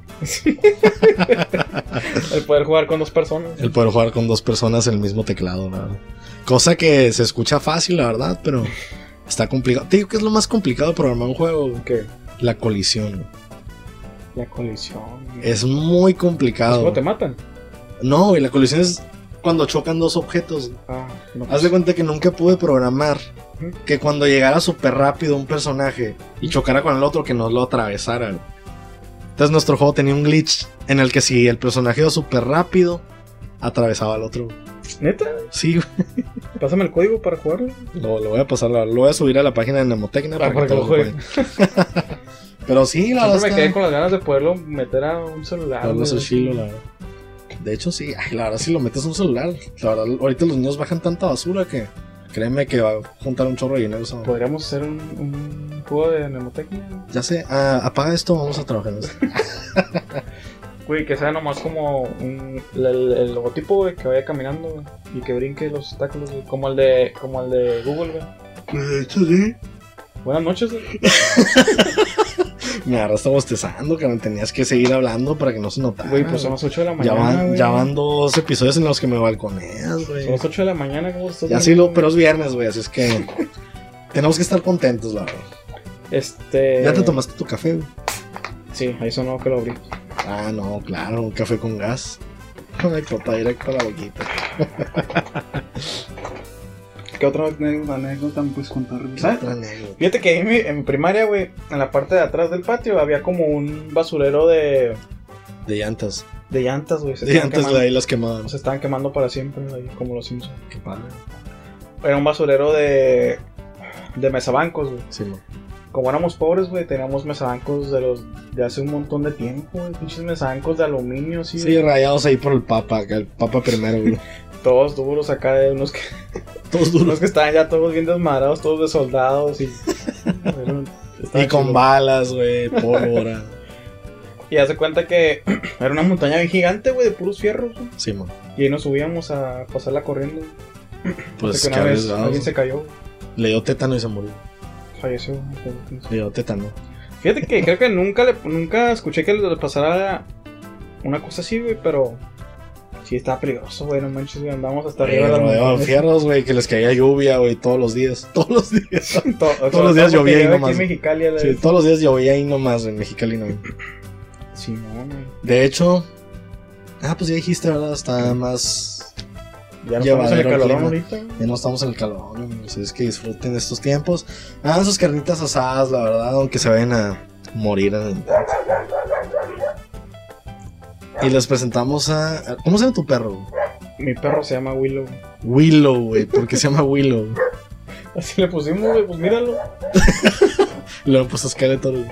Speaker 2: El poder jugar con dos personas.
Speaker 1: El poder jugar con dos personas en el mismo teclado, la verdad. Cosa que se escucha fácil, la verdad, pero está complicado. Te digo que es lo más complicado de programar un juego, güey.
Speaker 2: ¿Qué?
Speaker 1: la colisión. güey.
Speaker 2: La colisión.
Speaker 1: Es muy
Speaker 2: ¿Es
Speaker 1: complicado.
Speaker 2: como te
Speaker 1: güey.
Speaker 2: matan?
Speaker 1: No, güey, la colisión es cuando chocan dos objetos. güey.
Speaker 2: Ah, no.
Speaker 1: Haz de cuenta que nunca pude programar
Speaker 2: Ujú.
Speaker 1: que cuando llegara súper rápido un personaje y chocara con el otro, que nos lo atravesara. güey. Entonces nuestro juego tenía un glitch en el que si el personaje iba súper rápido, atravesaba al otro. güey.
Speaker 2: ¿Neta?
Speaker 1: Sí, güey.
Speaker 2: Pásame el código para jugarlo.
Speaker 1: Lo, lo voy a pasar, lo, lo voy a subir a la página de Nemotecnia
Speaker 2: Ah, para que lo jueguen.
Speaker 1: jueguen. Pero sí, la
Speaker 2: Siempre
Speaker 1: verdad.
Speaker 2: me
Speaker 1: está-
Speaker 2: quedé con las ganas de poderlo meter a un celular.
Speaker 1: la verdad
Speaker 2: güey.
Speaker 1: es chilo, la verdad. De hecho, sí, ay, la verdad, si lo metes a un celular, la verdad, ahorita los niños bajan tanta basura que créeme que va a juntar un chorro de dinero. esa madre.
Speaker 2: Podríamos hacer un, un juego de mnemotecnia.
Speaker 1: Ya sé, ah, apaga esto, vamos a trabajar en esto.
Speaker 2: Güey, que sea nomás como un- el, el logotipo, güey, que vaya caminando güey, y que brinque los obstáculos, güey, como el de, como el de Google, güey.
Speaker 1: Pues, De hecho, sí.
Speaker 2: Buenas noches, güey.
Speaker 1: Me agarraste bostezando, que tenías que seguir hablando para que no se notara.
Speaker 2: Güey, pues son las 8 de la
Speaker 1: ya,
Speaker 2: mañana.
Speaker 1: van,
Speaker 2: güey.
Speaker 1: ya van dos episodios en los que me balconeas, güey.
Speaker 2: Son las 8 de la mañana, ¿cómo estás?
Speaker 1: Ya sí, lo, pero es viernes, güey, así es que tenemos que estar contentos, la verdad.
Speaker 2: Este.
Speaker 1: Ya te tomaste tu café, güey.
Speaker 2: Sí, ahí sonó que lo abrí.
Speaker 1: Ah, no, claro, un café con gas. Una copa directa a la boquita.
Speaker 3: ¿Qué otra anécdota, anécdota me puedes contar? güey? ¿Sabes?
Speaker 1: Otra anécdota.
Speaker 2: Fíjate que ahí en mi, en mi primaria, güey, en la parte de atrás del patio había como un basurero de.
Speaker 1: de llantas.
Speaker 2: de llantas, güey. Se,
Speaker 1: De
Speaker 2: estaban
Speaker 1: llantas, güey,
Speaker 2: quemando-
Speaker 1: ahí las quemaban.
Speaker 2: se estaban quemando para siempre, güey, como los Simpsons.
Speaker 1: Qué padre.
Speaker 2: Era un basurero de, de mesabancos, güey.
Speaker 1: Sí, mo.
Speaker 2: Como éramos pobres, güey, teníamos mesabancos de los de hace un montón de tiempo, güey. Pinches mesabancos de aluminio, sí.
Speaker 1: Sí, rayados ahí por el Papa, acá el Papa primero, güey.
Speaker 2: Todos duros acá, de unos que,
Speaker 1: Todos
Speaker 2: unos
Speaker 1: duros.
Speaker 2: que estaban ya todos bien desmadrados, todos de soldados y...
Speaker 1: Y con
Speaker 2: combate.
Speaker 1: balas, güey, pólvora.
Speaker 2: Y hace cuenta que era una montaña bien gigante, güey, de puros fierros, güey.
Speaker 1: Sí, mo.
Speaker 2: Y ahí nos subíamos a pasarla corriendo. güey.
Speaker 1: Pues
Speaker 2: Hasta
Speaker 1: qué
Speaker 2: que una vez
Speaker 1: arriesgado.
Speaker 2: alguien se cayó, güey.
Speaker 1: Le dio tétano y se murió.
Speaker 2: falleció. güey.
Speaker 1: Le dio tétano.
Speaker 2: Fíjate que creo que nunca le, nunca escuché que le pasara una cosa así, güey, pero sí estaba peligroso, güey, no manches, güey, andábamos hasta arriba de las
Speaker 1: Le rodeaban
Speaker 2: montañas.
Speaker 1: fierros, güey, que les caía lluvia, güey, todos los días. Todos los días.
Speaker 2: To- o sea,
Speaker 1: Todos los días
Speaker 2: porque
Speaker 1: llovía y
Speaker 2: yo
Speaker 1: no
Speaker 2: aquí
Speaker 1: más.
Speaker 2: en Mexicali a la
Speaker 1: Sí,
Speaker 2: vez.
Speaker 1: todos los días llovía ahí nomás en Mexicali, no.
Speaker 2: Sí, no, güey.
Speaker 1: De hecho, ah, pues ya dijiste, ¿verdad? Está más.
Speaker 2: Ya no estamos en el
Speaker 1: Llevadero
Speaker 2: calorón
Speaker 1: clima.
Speaker 2: ahorita. güey.
Speaker 1: Ya no estamos en el calor, amigos. Es que disfruten de estos tiempos. Hagan sus carnitas asadas, la verdad, aunque se vayan a morir en el intento. Y les presentamos a. ¿Cómo se llama tu perro? güey?
Speaker 2: Mi perro se llama Willow. güey.
Speaker 1: Willow, güey. ¿Por qué se llama Willow?
Speaker 2: Así le pusimos, güey, pues míralo.
Speaker 1: Luego pues Skeletor, güey.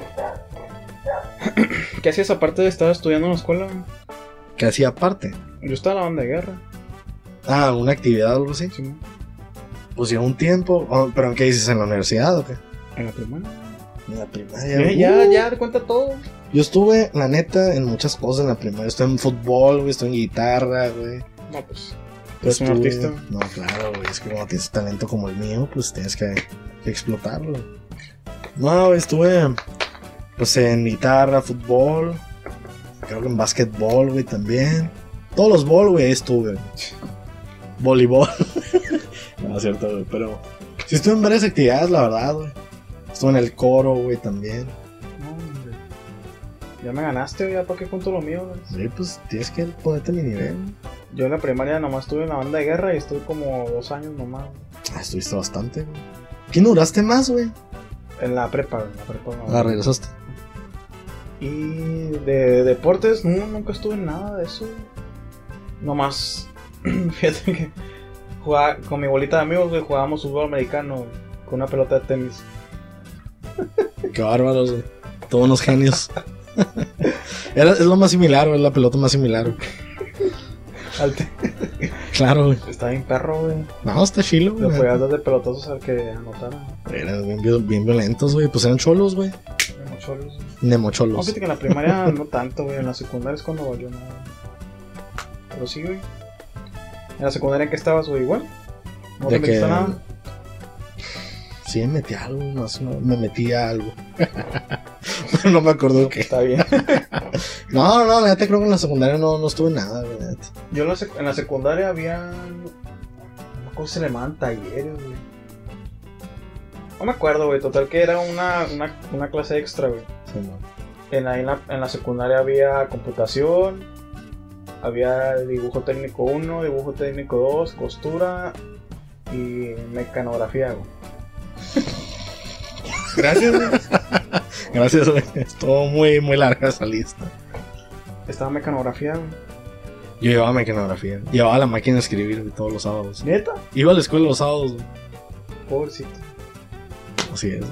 Speaker 2: ¿Qué hacías aparte de estar estudiando en la escuela? güey?
Speaker 1: Que hacía aparte.
Speaker 2: Yo estaba en la banda de guerra.
Speaker 1: Ah, una actividad o algo así.
Speaker 2: sí, ¿no?
Speaker 1: Pusieron un tiempo. Oh, ¿Pero en qué dices? ¿En la universidad o qué?
Speaker 2: En la primaria.
Speaker 1: En la primaria.
Speaker 2: Ya,
Speaker 1: güey.
Speaker 2: Eh, ya, ya, te cuenta todo.
Speaker 1: Yo estuve, la neta, en muchas cosas en la primaria. Estuve en fútbol, güey, estuve en guitarra, güey.
Speaker 2: No, pues. Eres un
Speaker 1: Estuve-
Speaker 2: artista.
Speaker 1: No, claro, güey. Es que cuando tienes talento como el mío, pues tienes que, que explotarlo. No, güey, estuve, pues, en guitarra, fútbol. Creo que en básquetbol, güey, también. Todos los bol, güey, ahí estuve. güey. Voleibol. no, es cierto, güey, pero... Sí estuve en varias actividades, la verdad, güey. Estuve en el coro, güey, también.
Speaker 2: No, hombre. Ya me ganaste, güey, ya para qué junto lo mío, güey.
Speaker 1: Sí, pues, tienes que ponerte mi nivel.
Speaker 2: Yo en la primaria nomás estuve en la banda de guerra y estuve como dos años nomás. güey.
Speaker 1: Ah, estuviste bastante, güey. ¿Quién duraste más, güey?
Speaker 2: En la prepa, güey, en la prepa. no.
Speaker 1: Ah, regresaste.
Speaker 2: Y de deportes, no, nunca estuve en nada de eso. güey. Nomás, fíjate que jugaba, con mi bolita de amigos, güey, jugábamos fútbol americano güey, con una pelota de tenis.
Speaker 1: Qué bárbaros, güey. Todos unos genios. Era- es lo más similar, güey. La pelota más similar, güey.
Speaker 2: Al te-
Speaker 1: Claro, güey.
Speaker 2: Estaba bien perro, güey.
Speaker 1: No, está chilo,
Speaker 2: Le
Speaker 1: güey.
Speaker 2: podías dar de pelotazos al que anotara.
Speaker 1: Eran bien, vi- bien violentos, güey. Pues eran cholos, güey.
Speaker 2: Como cholos, güey. No,
Speaker 1: Nemocholos.
Speaker 2: fíjate que en la primaria no tanto, güey. En la secundaria es cuando valió nada. Pero sí, güey. En la secundaria en que estabas, güey, igual. No te
Speaker 1: De
Speaker 2: metiste
Speaker 1: que-
Speaker 2: a nada.
Speaker 1: Sí, me metí a algo, no sé, no, me metí a algo. Pero no me acuerdo qué.
Speaker 2: Está bien.
Speaker 1: No, no, la neta creo que en la secundaria no, no estuve en nada, güey. la neta.
Speaker 2: Yo en la, sec- en la secundaria había. No me acuerdo si se le llamaban talleres, güey. No me acuerdo, güey. Total que era una, una, una clase extra, güey.
Speaker 1: Sí, no.
Speaker 2: En la, en, la, en la secundaria había computación, había dibujo técnico 1, dibujo técnico 2, costura y mecanografía. güey.
Speaker 1: Gracias, güey. Gracias, güey. Estuvo muy, muy larga esa lista.
Speaker 2: Estaba mecanografía, güey.
Speaker 1: Yo llevaba mecanografía. Llevaba la máquina de escribir güey, todos los sábados.
Speaker 2: Neta,
Speaker 1: Iba a la escuela los sábados. güey.
Speaker 2: pobrecito.
Speaker 1: Así es.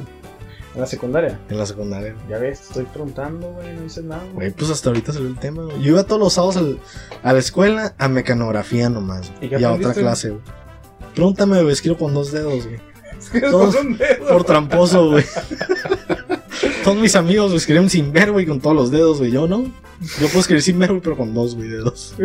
Speaker 2: En la secundaria,
Speaker 1: En la secundaria.
Speaker 2: ya ves, te estoy preguntando, güey, no dices nada. güey.
Speaker 1: Güey, pues hasta ahorita salió el tema. güey. Yo iba todos los sábados al- a la escuela a mecanografía nomás. güey,
Speaker 2: ¿Y
Speaker 1: Y,
Speaker 2: qué
Speaker 1: a
Speaker 2: aprendiste?
Speaker 1: otra clase, güey. Pregúntame, güey, escribo con dos dedos, güey.
Speaker 2: Es que es
Speaker 1: Todos-
Speaker 2: un dedo.
Speaker 1: Por tramposo, güey. todos mis amigos güey, escriben sin ver, güey, con todos los dedos, güey. Yo no. Yo puedo escribir sin ver, güey, pero con dos, güey, dedos.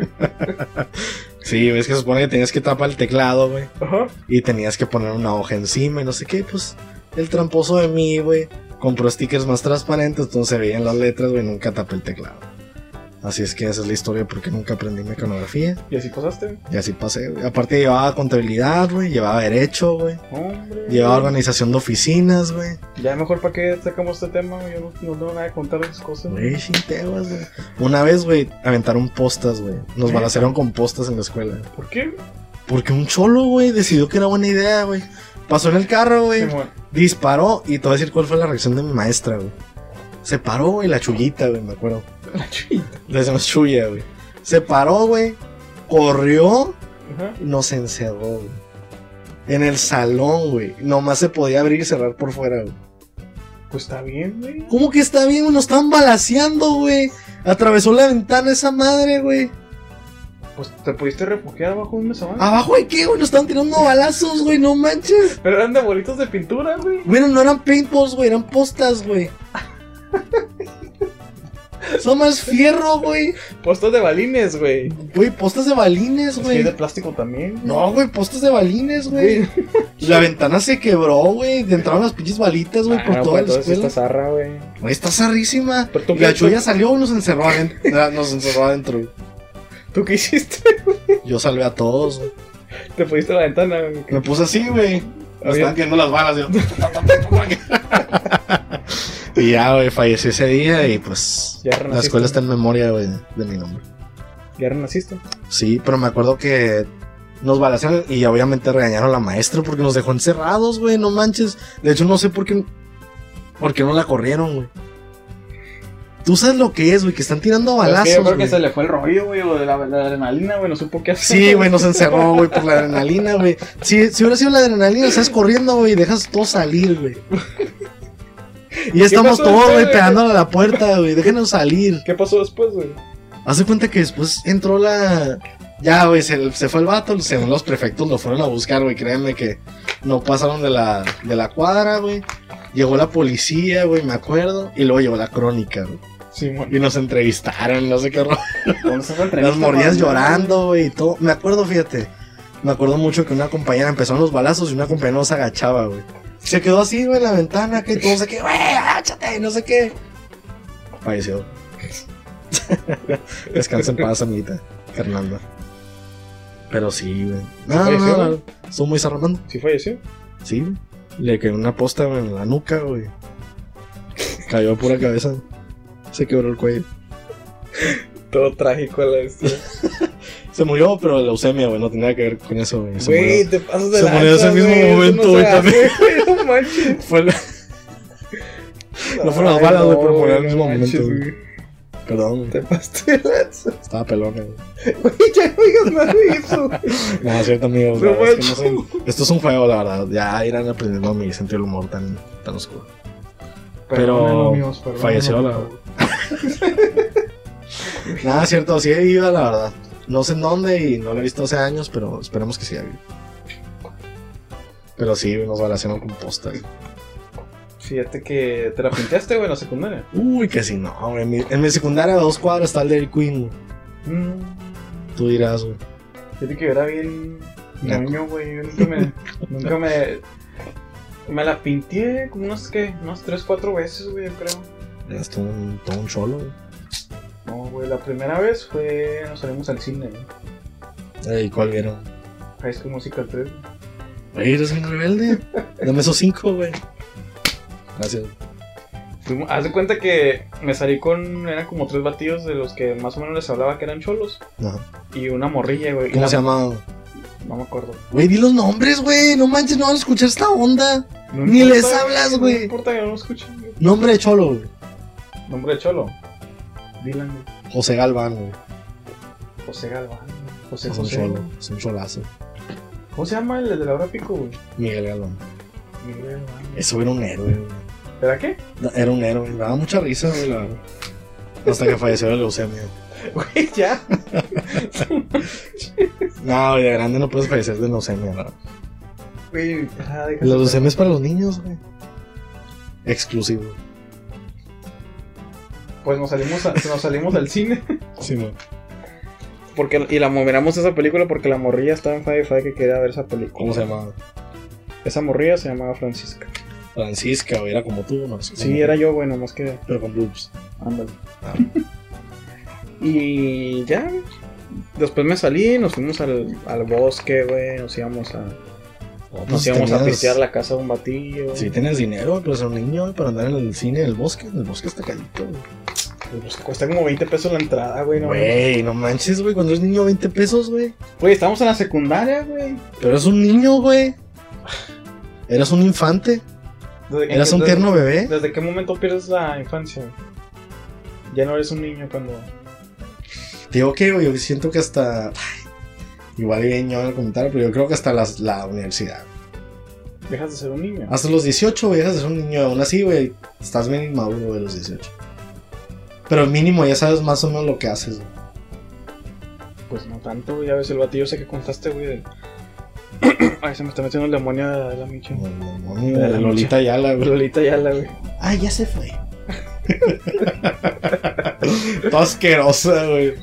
Speaker 1: sí, güey, es que se supone que tenías que tapar el teclado, güey.
Speaker 2: Ajá.
Speaker 1: Y tenías que poner una hoja encima y no sé qué, pues el tramposo de mí, güey, compró stickers más transparentes, entonces se veían las letras, güey, nunca tapé el teclado. Así es que esa es la historia de por qué nunca aprendí mecanografía.
Speaker 2: Y así pasaste.
Speaker 1: Y así pasé, güey. Aparte llevaba contabilidad, güey, llevaba derecho, güey.
Speaker 2: Hombre.
Speaker 1: Llevaba organización de oficinas, güey.
Speaker 2: Ya mejor para qué sacamos este tema, güey. Yo no, no tengo nada que contar de esas cosas.
Speaker 1: Güey, chintebas, güey. Una vez, güey, aventaron postas, güey. Nos balacearon con postas en la escuela.
Speaker 2: ¿Por qué?
Speaker 1: Porque un cholo, güey, decidió que era buena idea, güey. Pasó en el carro, güey.
Speaker 2: Simón.
Speaker 1: disparó y te voy a decir cuál fue la reacción de mi maestra, güey. Se paró, güey, la chullita, güey, me acuerdo. Le decimos chulla, güey. Se paró, güey. Corrió
Speaker 2: Ajá.
Speaker 1: y nos encerró, güey. En el salón, güey. Nomás se podía abrir y cerrar por fuera, güey.
Speaker 2: Pues está bien, güey.
Speaker 1: ¿Cómo que está bien? güey? Nos están balaseando, güey. Atravesó la ventana esa madre, güey.
Speaker 2: Pues te pudiste refugiar bajo un mesón.
Speaker 1: ¿Abajo de qué, güey? Nos están tirando balazos, güey. No manches.
Speaker 2: Pero eran de bolitos de pintura, güey.
Speaker 1: Bueno, no eran paintballs, güey. Eran postas, güey. Son más fierro, güey.
Speaker 2: Postos de balines, güey.
Speaker 1: Güey, postas de balines,
Speaker 2: Es que hay
Speaker 1: güey.
Speaker 2: de plástico también.
Speaker 1: No, güey, postas de balines, güey.
Speaker 2: güey.
Speaker 1: La ventana se quebró, güey. Te entraron las pinches balitas, güey,
Speaker 2: Ah,
Speaker 1: por
Speaker 2: no,
Speaker 1: toda
Speaker 2: pues,
Speaker 1: la
Speaker 2: entonces
Speaker 1: escuela.
Speaker 2: está zarra, güey.
Speaker 1: Güey, está zarrísima.
Speaker 2: Pero tú,
Speaker 1: Y la
Speaker 2: qué, tú-
Speaker 1: chulla salió y nos encerró adentro. Ah, nos encerró adentro. güey.
Speaker 2: ¿tú qué hiciste?
Speaker 1: Yo salvé a todos, güey.
Speaker 2: Te pusiste a la ventana, güey.
Speaker 1: Me puse así, güey. Me
Speaker 2: Había-
Speaker 1: están quedando las balas. yo. y ya, güey, falleció ese día y pues.
Speaker 2: Ya
Speaker 1: La
Speaker 2: renaciste.
Speaker 1: escuela está en memoria, güey, de mi nombre.
Speaker 2: Ya renaciste.
Speaker 1: Sí, pero me acuerdo que nos balacearon y obviamente regañaron a la maestra porque nos dejó encerrados, güey, no manches. De hecho, no sé por qué, por qué no la corrieron, güey. Tú sabes lo que es, güey, que están
Speaker 3: Es
Speaker 1: tirando
Speaker 3: que
Speaker 1: balazos.
Speaker 3: yo creo que
Speaker 1: güey.
Speaker 3: se le fue el rollo, güey, o de la, la adrenalina, güey, no supo qué hacer.
Speaker 1: Sí, güey, nos encerró, güey, por la adrenalina, güey. Si, si hubiera sido la adrenalina, estás corriendo, güey, y dejas todo salir, güey. Y estamos
Speaker 2: pasó
Speaker 1: todos,
Speaker 2: después,
Speaker 1: güey,
Speaker 2: güey?
Speaker 1: pegándole a la puerta, güey, déjenos salir.
Speaker 2: ¿Qué pasó después, güey?
Speaker 1: Hace cuenta que después entró la. Ya, güey, se, se fue el vato, según los prefectos lo fueron a buscar, güey. Créanme que no pasaron de la, de la cuadra, güey. Llegó la policía, güey, me acuerdo. Y luego llegó la crónica, güey.
Speaker 2: Sí, güey.
Speaker 1: Y nos entrevistaron, no sé qué rollo.
Speaker 3: Entonces fue el tren,
Speaker 1: Las morías
Speaker 3: güey.
Speaker 1: llorando, güey, y todo. Me acuerdo, fíjate. Me acuerdo mucho que una compañera empezaron los balazos y una compañera nos agachaba, güey. Se quedó así, güey, en la ventana, que todo, no sé qué, güey, agáchate, y no sé qué. Falleció. Descansa en paz, amiguita, Fernanda. Pero sí, güey. No, Ah, no,
Speaker 2: ¿Falleció,
Speaker 1: no,
Speaker 2: güey?
Speaker 1: no. Estuvo muy zarramando.
Speaker 2: ¿Sí falleció?
Speaker 1: Sí, güey. Le quedó una posta güey, en la nuca, güey. Cayó de pura cabeza. Se quebró el cuello.
Speaker 2: Todo trágico a la vez.
Speaker 1: Se murió, pero leucemia, güey, no tenía que ver con eso, güey. Se
Speaker 2: Güey,
Speaker 1: murió.
Speaker 2: te pasas de
Speaker 1: Se
Speaker 2: la
Speaker 1: murió ese mismo momento, güey, también.
Speaker 2: No manches.
Speaker 1: Fue la- No fueron las
Speaker 2: Ay,
Speaker 1: balas, güey, pero
Speaker 2: no,
Speaker 1: murió al
Speaker 2: no
Speaker 1: mismo
Speaker 2: manches,
Speaker 1: momento, güey.
Speaker 2: güey.
Speaker 1: Perdón, güey,
Speaker 2: Te pasaste de lanza.
Speaker 1: estaba pelón, güey.
Speaker 2: Güey, ya no digas nada de eso. güey.
Speaker 1: No, es cierto, amigos.
Speaker 2: No
Speaker 1: la verdad es que no
Speaker 2: manches.
Speaker 1: soy- Esto es un juego, la verdad. Ya irán aprendiendo mi sentido del humor tan, tan oscuro. Pero
Speaker 2: Perdónenlo, amigos, perdónenlo,
Speaker 1: falleció,
Speaker 2: por
Speaker 1: la
Speaker 2: favor.
Speaker 1: Nada, es cierto, sigue viva, la verdad. No sé en dónde y no lo he visto hace años, pero esperemos que siga viva. Pero sí, nos balacearon con postas.
Speaker 2: Fíjate que te la pintaste, güey, en la secundaria.
Speaker 1: Uy, que si no, güey. En mi, en mi secundaria a dos cuadras está el Dairy Queen. güey.
Speaker 2: Mm,
Speaker 1: Tú dirás, güey.
Speaker 2: Fíjate que yo era bien
Speaker 1: Naco.
Speaker 2: ñoño, güey. Yo nunca me. nunca me. Me la pinté como unas que. unas 3, 4 veces, güey, yo creo.
Speaker 1: Eras todo un, todo un cholo, güey.
Speaker 2: No, güey, la primera vez fue. Nos salimos al cine, güey.
Speaker 1: Ey, ¿cuál vieron?
Speaker 2: High School Musical 3.
Speaker 1: Güey, eres un rebelde. Dame esos cinco, güey. Gracias.
Speaker 2: Fuimos- haz de cuenta que me salí con. Eran como tres batidos de los que más o menos les hablaba que eran cholos.
Speaker 1: Ajá.
Speaker 2: Y una morrilla, güey. y
Speaker 1: ¿Cómo
Speaker 2: la-
Speaker 1: se llama?
Speaker 2: No me acuerdo.
Speaker 1: Güey, di los nombres, güey. No manches, no van a escuchar esta onda.
Speaker 2: No
Speaker 1: Ni
Speaker 2: importa,
Speaker 1: les hablas,
Speaker 2: No
Speaker 1: güey.
Speaker 2: importa que no me escuchen, güey.
Speaker 1: Nombre de cholo, güey.
Speaker 2: Nombre de cholo. Dylan, güey.
Speaker 1: José Galván, güey.
Speaker 2: José Galván. güey. José
Speaker 1: Es un
Speaker 2: José.
Speaker 1: cholo. Es un cholazo.
Speaker 2: ¿Cómo se llama el de la hora pico, güey?
Speaker 1: Miguel Galván.
Speaker 2: Miguel Galván.
Speaker 1: Eso era un héroe, güey.
Speaker 2: ¿Era qué?
Speaker 1: Da- Era un héroe. Me daba mucha risa, güey, la verdad. Hasta que falleció de leucemia.
Speaker 2: Güey, ya.
Speaker 1: No, güey, de grande no puedes fallecer de leucemia, la verdad.
Speaker 2: Güey, ah, deja-
Speaker 1: La leucemia es para los niños, güey. Exclusivo.
Speaker 2: Pues nos salimos, a- nos salimos al cine.
Speaker 1: Sí, güey.
Speaker 2: Porque, y la mo- miramos esa película porque la morrilla estaba en Five Five que quería ver esa película.
Speaker 1: ¿Cómo se llamaba?
Speaker 2: Esa morrilla se llamaba Francisca.
Speaker 1: Francisca, güey. Era como tú, ¿no?
Speaker 2: Sí, era yo, güey, nomás que.
Speaker 1: Pero con boobs.
Speaker 2: Ándale.
Speaker 1: Ah.
Speaker 2: y ya, güey. Después me salí, nos fuimos al, al bosque, güey. Nos íbamos a.
Speaker 1: No,
Speaker 2: Nos
Speaker 1: pues,
Speaker 2: íbamos a
Speaker 1: tenías-
Speaker 2: pistear la casa de un batillo.
Speaker 1: Si tienes dinero, pues un niño güey, para andar en el cine, en el bosque, en el bosque está carito, güey.
Speaker 2: Pues cuesta como 20 pesos la entrada, güey. No, güey,
Speaker 1: Güey, no manches, güey, cuando es niño 20 pesos, güey.
Speaker 2: estamos en la secundaria, güey.
Speaker 1: Pero es un niño, güey. Eras un infante.
Speaker 2: Desde que-
Speaker 1: ¿Eras un
Speaker 2: desde-
Speaker 1: tierno bebé?
Speaker 2: ¿Desde qué momento pierdes la infancia? güey? Ya no eres un niño cuando.
Speaker 1: Te digo que, güey, yo siento que hasta. ay, Igual bien yo en el comentario, pero yo creo que hasta las- la universidad.
Speaker 2: Dejas de ser un niño.
Speaker 1: Hasta los 18, güey, dejas de ser un niño. Aún así, güey, estás bien inmaduro, güey, a los 18. Pero mínimo ya sabes más o menos lo que haces, güey.
Speaker 2: Pues no tanto, güey. A veces el batillo sé que contaste, güey. del- Ay, se me está metiendo el demonio de la micha.
Speaker 1: Como el demonio
Speaker 2: De
Speaker 1: de
Speaker 2: la
Speaker 1: Lolita Yala, güey.
Speaker 2: Lolita Yala, güey.
Speaker 1: Ah, ya se fue. Todo asquerosa, güey.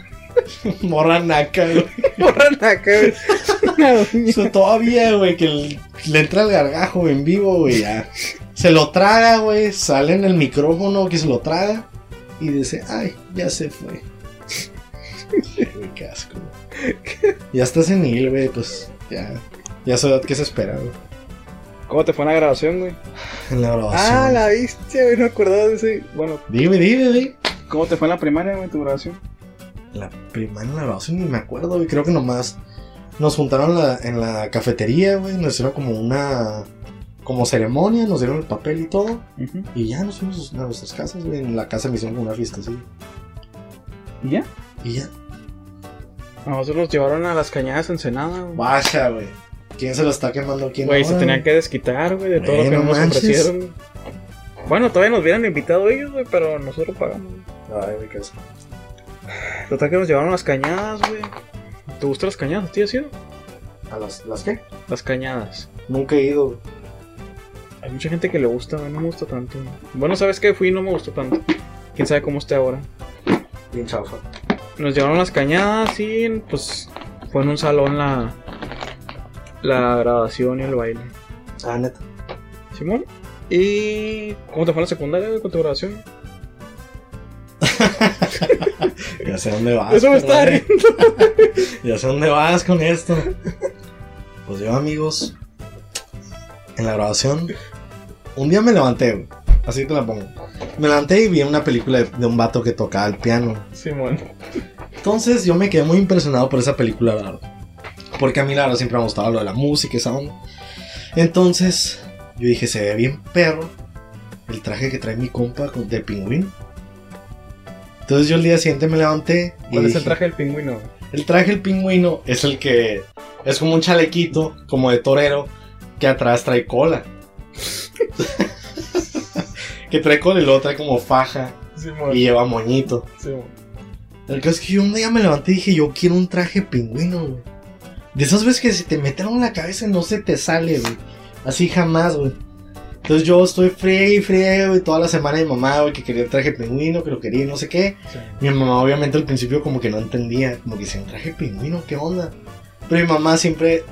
Speaker 1: Morra naca, güey.
Speaker 2: Borran acá, güey.
Speaker 1: Eso todavía, güey, que el- le entra el gargajo en vivo, güey, ya. Se lo traga, güey. Sale en el micrófono que se lo traga. Y dice, ay, ya se fue. Güey, qué asco. güey. Ya estás en él, güey, pues ya. Ya su edad que se espera, güey.
Speaker 2: ¿Cómo te fue en la grabación, güey?
Speaker 1: En la grabación.
Speaker 2: Ah, la viste, güey. No acordaba de ese. Bueno,
Speaker 1: Dime, dime, dime.
Speaker 4: ¿Cómo te fue en la primaria, güey, tu grabación?
Speaker 1: La primaria en la grabación ni me acuerdo, güey. Creo que nomás nos juntaron la- en la cafetería, güey. Nos hicieron como una. como ceremonia, nos dieron el papel y todo. Y ya nos fuimos a nuestras casas, güey. En la casa me hicieron como una fiesta, sí.
Speaker 4: ¿Y ya?
Speaker 1: Y ya.
Speaker 2: a nosotros los llevaron a las cañadas en Senada, güey.
Speaker 1: Vaya, güey. ¿Quién se lo está quemando? ¿Quién
Speaker 2: Güey,
Speaker 1: ahora,
Speaker 2: se tenían
Speaker 1: güey?
Speaker 2: que desquitar, güey, de todo
Speaker 1: Güey,
Speaker 2: lo que
Speaker 1: no
Speaker 2: nos
Speaker 1: eh. manches.
Speaker 2: ofrecieron. Bueno, todavía nos hubieran invitado ellos, güey, pero nosotros pagamos.
Speaker 1: Ay, güey, qué asco.
Speaker 2: Total que nos llevaron las cañadas, güey. ¿Te gustan las cañadas? ¿Te has ido?
Speaker 1: ¿A las, las qué?
Speaker 2: Las cañadas.
Speaker 1: Nunca he ido, güey.
Speaker 2: Hay mucha gente que le gusta, güey, no me gusta tanto. Bueno, ¿sabes qué? Fui y no me gustó tanto. Quién sabe cómo esté ahora.
Speaker 1: Bien chafa.
Speaker 2: Nos llevaron las cañadas y, pues, fue en un salón la, la grabación y el baile.
Speaker 1: Ah, neta.
Speaker 2: ¿Simón? ¿Y cómo te fue en la secundaria, güey, con tu grabación?
Speaker 1: Ya sé dónde vas.
Speaker 2: Eso me está
Speaker 1: carnal.
Speaker 2: riendo.
Speaker 1: Ya sé dónde vas con esto. Pues yo, amigos, en la grabación, un día me levanté, güey. Así te la pongo. Me levanté y vi una película de, de un vato que tocaba el piano.
Speaker 2: Simón.
Speaker 1: Entonces yo me quedé muy impresionado por esa película, la verdad. Porque a mí, la verdad, siempre me ha gustado lo de la música, esa onda. Entonces yo dije, se ve bien perro el traje que trae mi compa con- de pingüino. Entonces yo el día siguiente me levanté. y
Speaker 2: ¿Cuál es el
Speaker 1: dije,
Speaker 2: traje del pingüino?
Speaker 1: el traje del pingüino es el que es como un chalequito, como de torero, que atrás trae cola. que trae cola y luego trae como faja
Speaker 2: Simón.
Speaker 1: y lleva moñito.
Speaker 2: Simón.
Speaker 1: El caso es que yo un día me levanté y dije, yo quiero un traje pingüino, güey. De esas veces que se te meten en la cabeza y no se te sale, güey. Así jamás, güey. Entonces yo estoy frío y frío, güey, toda la semana mi mamá, güey, que quería el traje pingüino, que lo quería y no sé qué. Mi mamá obviamente al principio como que no entendía, como que decía, un traje pingüino, ¿qué onda? Pero mi mamá siempre,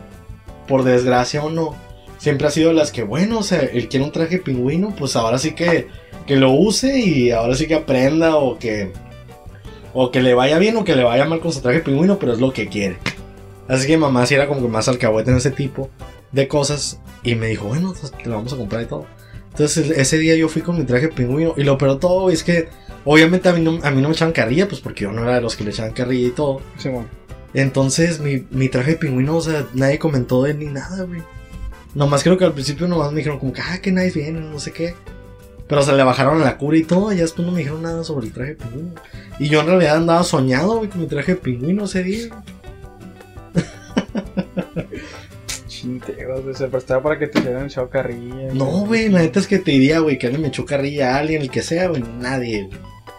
Speaker 1: por desgracia o no, siempre ha sido de las que, bueno, o sea, él quiere un traje pingüino, pues ahora sí que, que lo use y ahora sí que aprenda o que, o que le vaya bien o que le vaya mal con su traje pingüino, pero es lo que quiere. Así que mi mamá sí era como que más alcahuete en ese tipo de cosas y me dijo, bueno, pues, te lo vamos a comprar y todo. Entonces ese día yo fui con mi traje pingüino y lo peor de todo es que Obviamente a mí, no, a mí no me echaban carrilla, pues porque yo no era de los que le echaban carrilla y todo.
Speaker 2: Simón.
Speaker 1: Entonces mi, mi traje de pingüino, o sea, nadie comentó de él ni nada, güey. Nomás creo que al principio nomás me dijeron como que, ah, que nadie viene, no sé qué. Pero se le bajaron a la cura y todo, y ya después no me dijeron nada sobre el traje de pingüino. Y yo en realidad andaba soñado, güey, con mi traje de pingüino ese día.
Speaker 2: Chinteos, güey. Se prestaba para que te hicieran echado carrilla.
Speaker 1: No, güey, la neta es que te diría, güey, que alguien me echó carrilla a alguien, el que sea, güey, nadie, güey.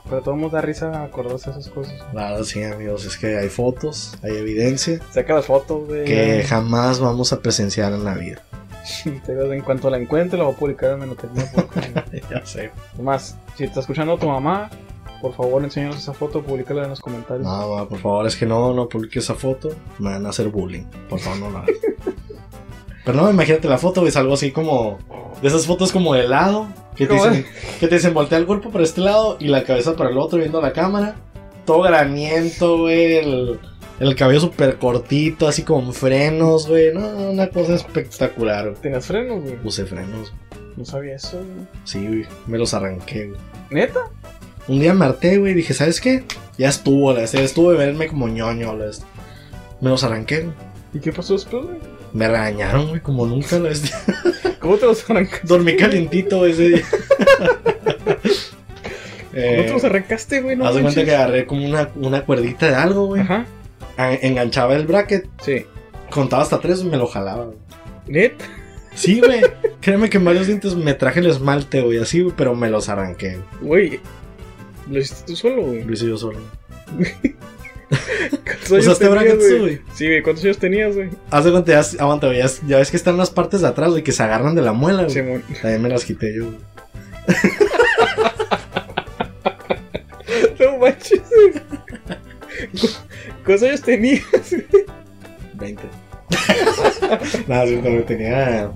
Speaker 2: Pero todo el mundo da risa acordarse de esas cosas.
Speaker 1: La verdad, sí, amigos, es que hay fotos, hay evidencia
Speaker 2: Saca las fotos, güey.
Speaker 1: que jamás vamos a presenciar en la vida.
Speaker 2: Chinteos. En cuanto la encuentre, la voy a publicar en Menotería.
Speaker 1: ya sé,
Speaker 2: Más, si está escuchando tu mamá, por favor, enséñanos esa foto, públicala en los comentarios.
Speaker 1: No, ma, por favor, es que no, no publique esa foto. Me van a hacer bullying. Por favor, no la hagas. Pero no, imagínate la foto, es algo así como. De esas fotos como de lado. Que te,
Speaker 2: ¿Cómo?
Speaker 1: dicen, que te dicen voltea el cuerpo para este lado y la cabeza para el otro viendo la cámara. Todo graniento, güey. El, el cabello súper cortito, así con frenos, güey. No, no, una cosa espectacular, güey.
Speaker 2: ¿Tenías frenos, güey?
Speaker 1: Puse frenos.
Speaker 2: No sabía eso, güey.
Speaker 1: Sí, güey. Me los arranqué, güey.
Speaker 2: ¿Neta?
Speaker 1: Un día me harté, güey, dije, ¿sabes qué? Ya estuvo, la verdad, estuvo de verme como ñoño, la verdad. Me los arranqué, güey.
Speaker 2: ¿Y qué pasó después, güey?
Speaker 1: Me regañaron, güey, como nunca, la bestia.
Speaker 2: ¿Cómo te los arrancaste?
Speaker 1: Dormí calientito ese día.
Speaker 2: ¿Cómo
Speaker 1: Eh,
Speaker 2: te los arrancaste, güey? No
Speaker 1: haz de cuenta
Speaker 2: manches.
Speaker 1: que agarré como una, una cuerdita de algo, güey.
Speaker 2: Ajá.
Speaker 1: A- Enganchaba el bracket,
Speaker 2: Sí.
Speaker 1: contaba hasta tres y me lo jalaba, güey.
Speaker 2: ¿Net?
Speaker 1: Sí, güey. Créeme que en varios dientes me traje el esmalte, güey, así, güey, pero me los arranqué. güey.
Speaker 2: Güey. Lo hiciste tú solo, güey.
Speaker 1: Lo hice yo solo.
Speaker 2: ¿Cuántos años
Speaker 1: ¿Usaste
Speaker 2: tenías,
Speaker 1: brackets tú,
Speaker 2: güey?
Speaker 1: güey?
Speaker 2: Sí, güey. ¿Cuántos años tenías, güey?
Speaker 1: Haz de cuenta, ya, aguanta, güey, ya, ya ves que están las partes de atrás, güey, que se agarran de la muela, güey.
Speaker 2: Simón.
Speaker 1: También me las quité yo, güey.
Speaker 2: No manches. güey. Cu- ¿Cuántos años tenías?
Speaker 1: 20. Nada, sí, pero tenía.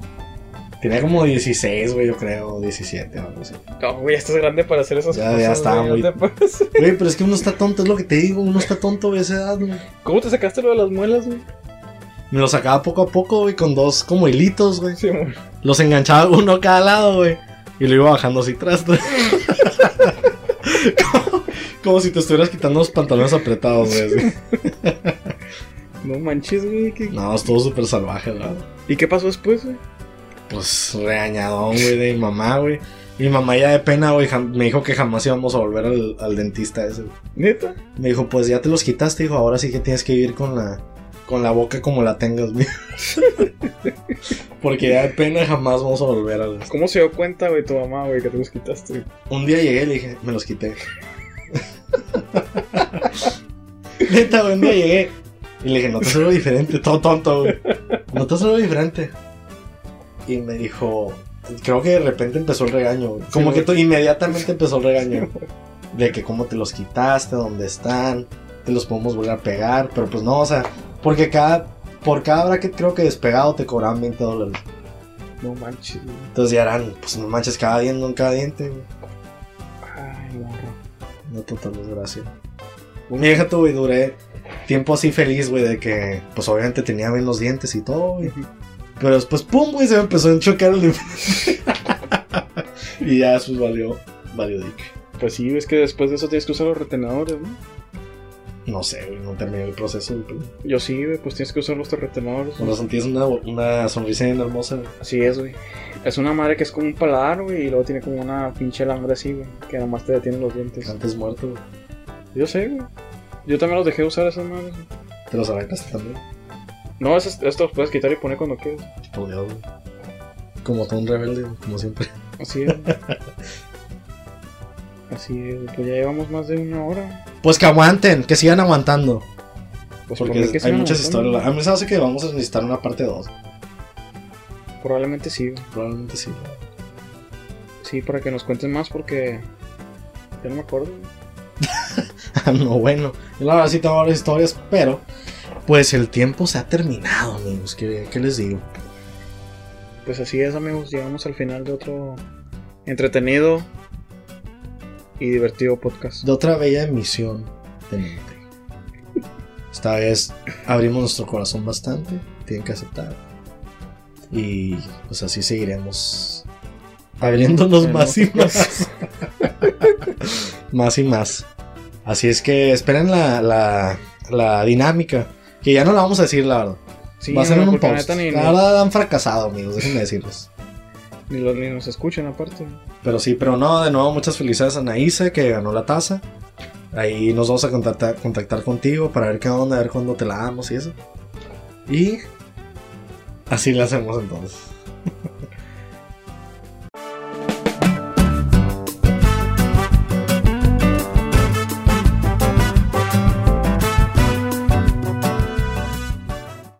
Speaker 1: Tenía como 16, güey, yo creo, 17 o algo así.
Speaker 2: No, güey, ya estás grande para hacer esas
Speaker 1: Ya- ya
Speaker 2: cosas.
Speaker 1: estaba
Speaker 2: güey, no te pases.
Speaker 1: Güey, pero es que uno está tonto, es lo que te digo, uno está tonto de esa edad, güey.
Speaker 2: ¿Cómo te sacaste lo de las muelas, güey?
Speaker 1: Me lo sacaba poco a poco, güey, con dos como hilitos, güey.
Speaker 2: Simón.
Speaker 1: Los enganchaba uno a cada lado, güey. Y lo iba bajando así tras. tras. como, como si te estuvieras quitando los pantalones apretados, güey. así.
Speaker 2: No manches, güey. ¿qué-
Speaker 1: No, estuvo súper salvaje, la verdad.
Speaker 2: ¿Y qué pasó después, güey?
Speaker 1: Pues regañadón, güey, de mi mamá, güey. Mi mamá ya de pena, güey, jam- me dijo que jamás íbamos a volver al, al dentista ese, güey.
Speaker 2: ¿Neta?
Speaker 1: Me dijo, pues ya te los quitaste, dijo, ahora sí que tienes que vivir con la, con la boca como la tengas, güey. Porque ya de pena jamás vamos a volver al...
Speaker 2: ¿Cómo se dio cuenta, güey, tu mamá, güey, que te los quitaste? güey?
Speaker 1: Un día llegué y le dije, me los quité. Neta, güey, un día llegué y le dije, no te hace algo diferente, todo tonto, güey. No te hace algo diferente. Y me dijo, creo que de repente empezó el regaño, güey. Como que
Speaker 2: güey.
Speaker 1: to- inmediatamente empezó el regaño. De que cómo te los quitaste, dónde están, te los podemos volver a pegar, pero pues no, o sea, porque cada, por cada bracket creo que despegado te cobraban 20 dólares.
Speaker 2: No manches, güey.
Speaker 1: Entonces ya eran, pues no manches, cada diente, en cada diente, güey.
Speaker 2: Ay, morro.
Speaker 1: No total desgracia. Un vieja tuve y duré tiempo así feliz, güey, de que, pues obviamente tenía bien los dientes y todo, güey. Pero después, pum, güey, se me empezó a chocar el Y ya después valió, valió dick.
Speaker 2: Pues sí, es que después de eso tienes que usar los retenedores, ¿no?
Speaker 1: No sé, güey, no terminé el proceso, güey. pero
Speaker 2: Yo sí, güey, pues tienes que usar los retenedores.
Speaker 1: Cuando sentí es una, una sonrisa bien hermosa, güey.
Speaker 2: Así es, güey. Es una madre que es como un paladar, güey, y luego tiene como una pinche alambre así, güey, que nomás te detiene los dientes.
Speaker 1: Antes muerto, güey.
Speaker 2: Yo sé, güey. Yo también los dejé usar esas madres. güey.
Speaker 1: Te los arrancaste también.
Speaker 2: No, esas, estos los puedes quitar y poner cuando quieras.
Speaker 1: Por Dios, güey. Como todo un rebelde, güey, como siempre.
Speaker 2: Así es. güey. Así es, güey. pues ya llevamos más de una hora.
Speaker 1: Pues que aguanten, que sigan aguantando.
Speaker 2: Pues por
Speaker 1: Porque
Speaker 2: mí que
Speaker 1: hay
Speaker 2: sigan
Speaker 1: muchas
Speaker 2: aguantando,
Speaker 1: historias. A mí se me hace que vamos a necesitar una parte 2.
Speaker 2: güey. pues, Probablemente sí, güey.
Speaker 1: Probablemente sí.
Speaker 2: Sí, para que nos cuentes más porque... Ya no me acuerdo. güey.
Speaker 1: no, bueno. Yo la verdad sí tengo varias historias, pero pues el tiempo se ha terminado, amigos. ¿Qué, qué les digo?
Speaker 2: Pues así es, amigos. Llegamos al final de otro entretenido y divertido podcast.
Speaker 1: De otra bella emisión, teniente. Esta vez abrimos nuestro corazón bastante, tienen que aceptar. Y pues así seguiremos abriéndonos
Speaker 2: Bueno,
Speaker 1: más y más. más y más. Así es que esperen la, la, la dinámica, que ya no la vamos a decir, la verdad.
Speaker 2: Sí,
Speaker 1: Va a ser en
Speaker 2: no,
Speaker 1: un
Speaker 2: porque la
Speaker 1: post.
Speaker 2: neta ni-
Speaker 1: La verdad han fracasado, amigos, déjenme decirles.
Speaker 2: Ni, los, ni nos escuchan aparte.
Speaker 1: Pero sí, pero no, de nuevo, muchas felicidades a Anaísa que ganó la taza. Ahí nos vamos a contactar, contactar contigo para ver qué onda, a ver cuándo te la damos y eso. Y así la hacemos entonces.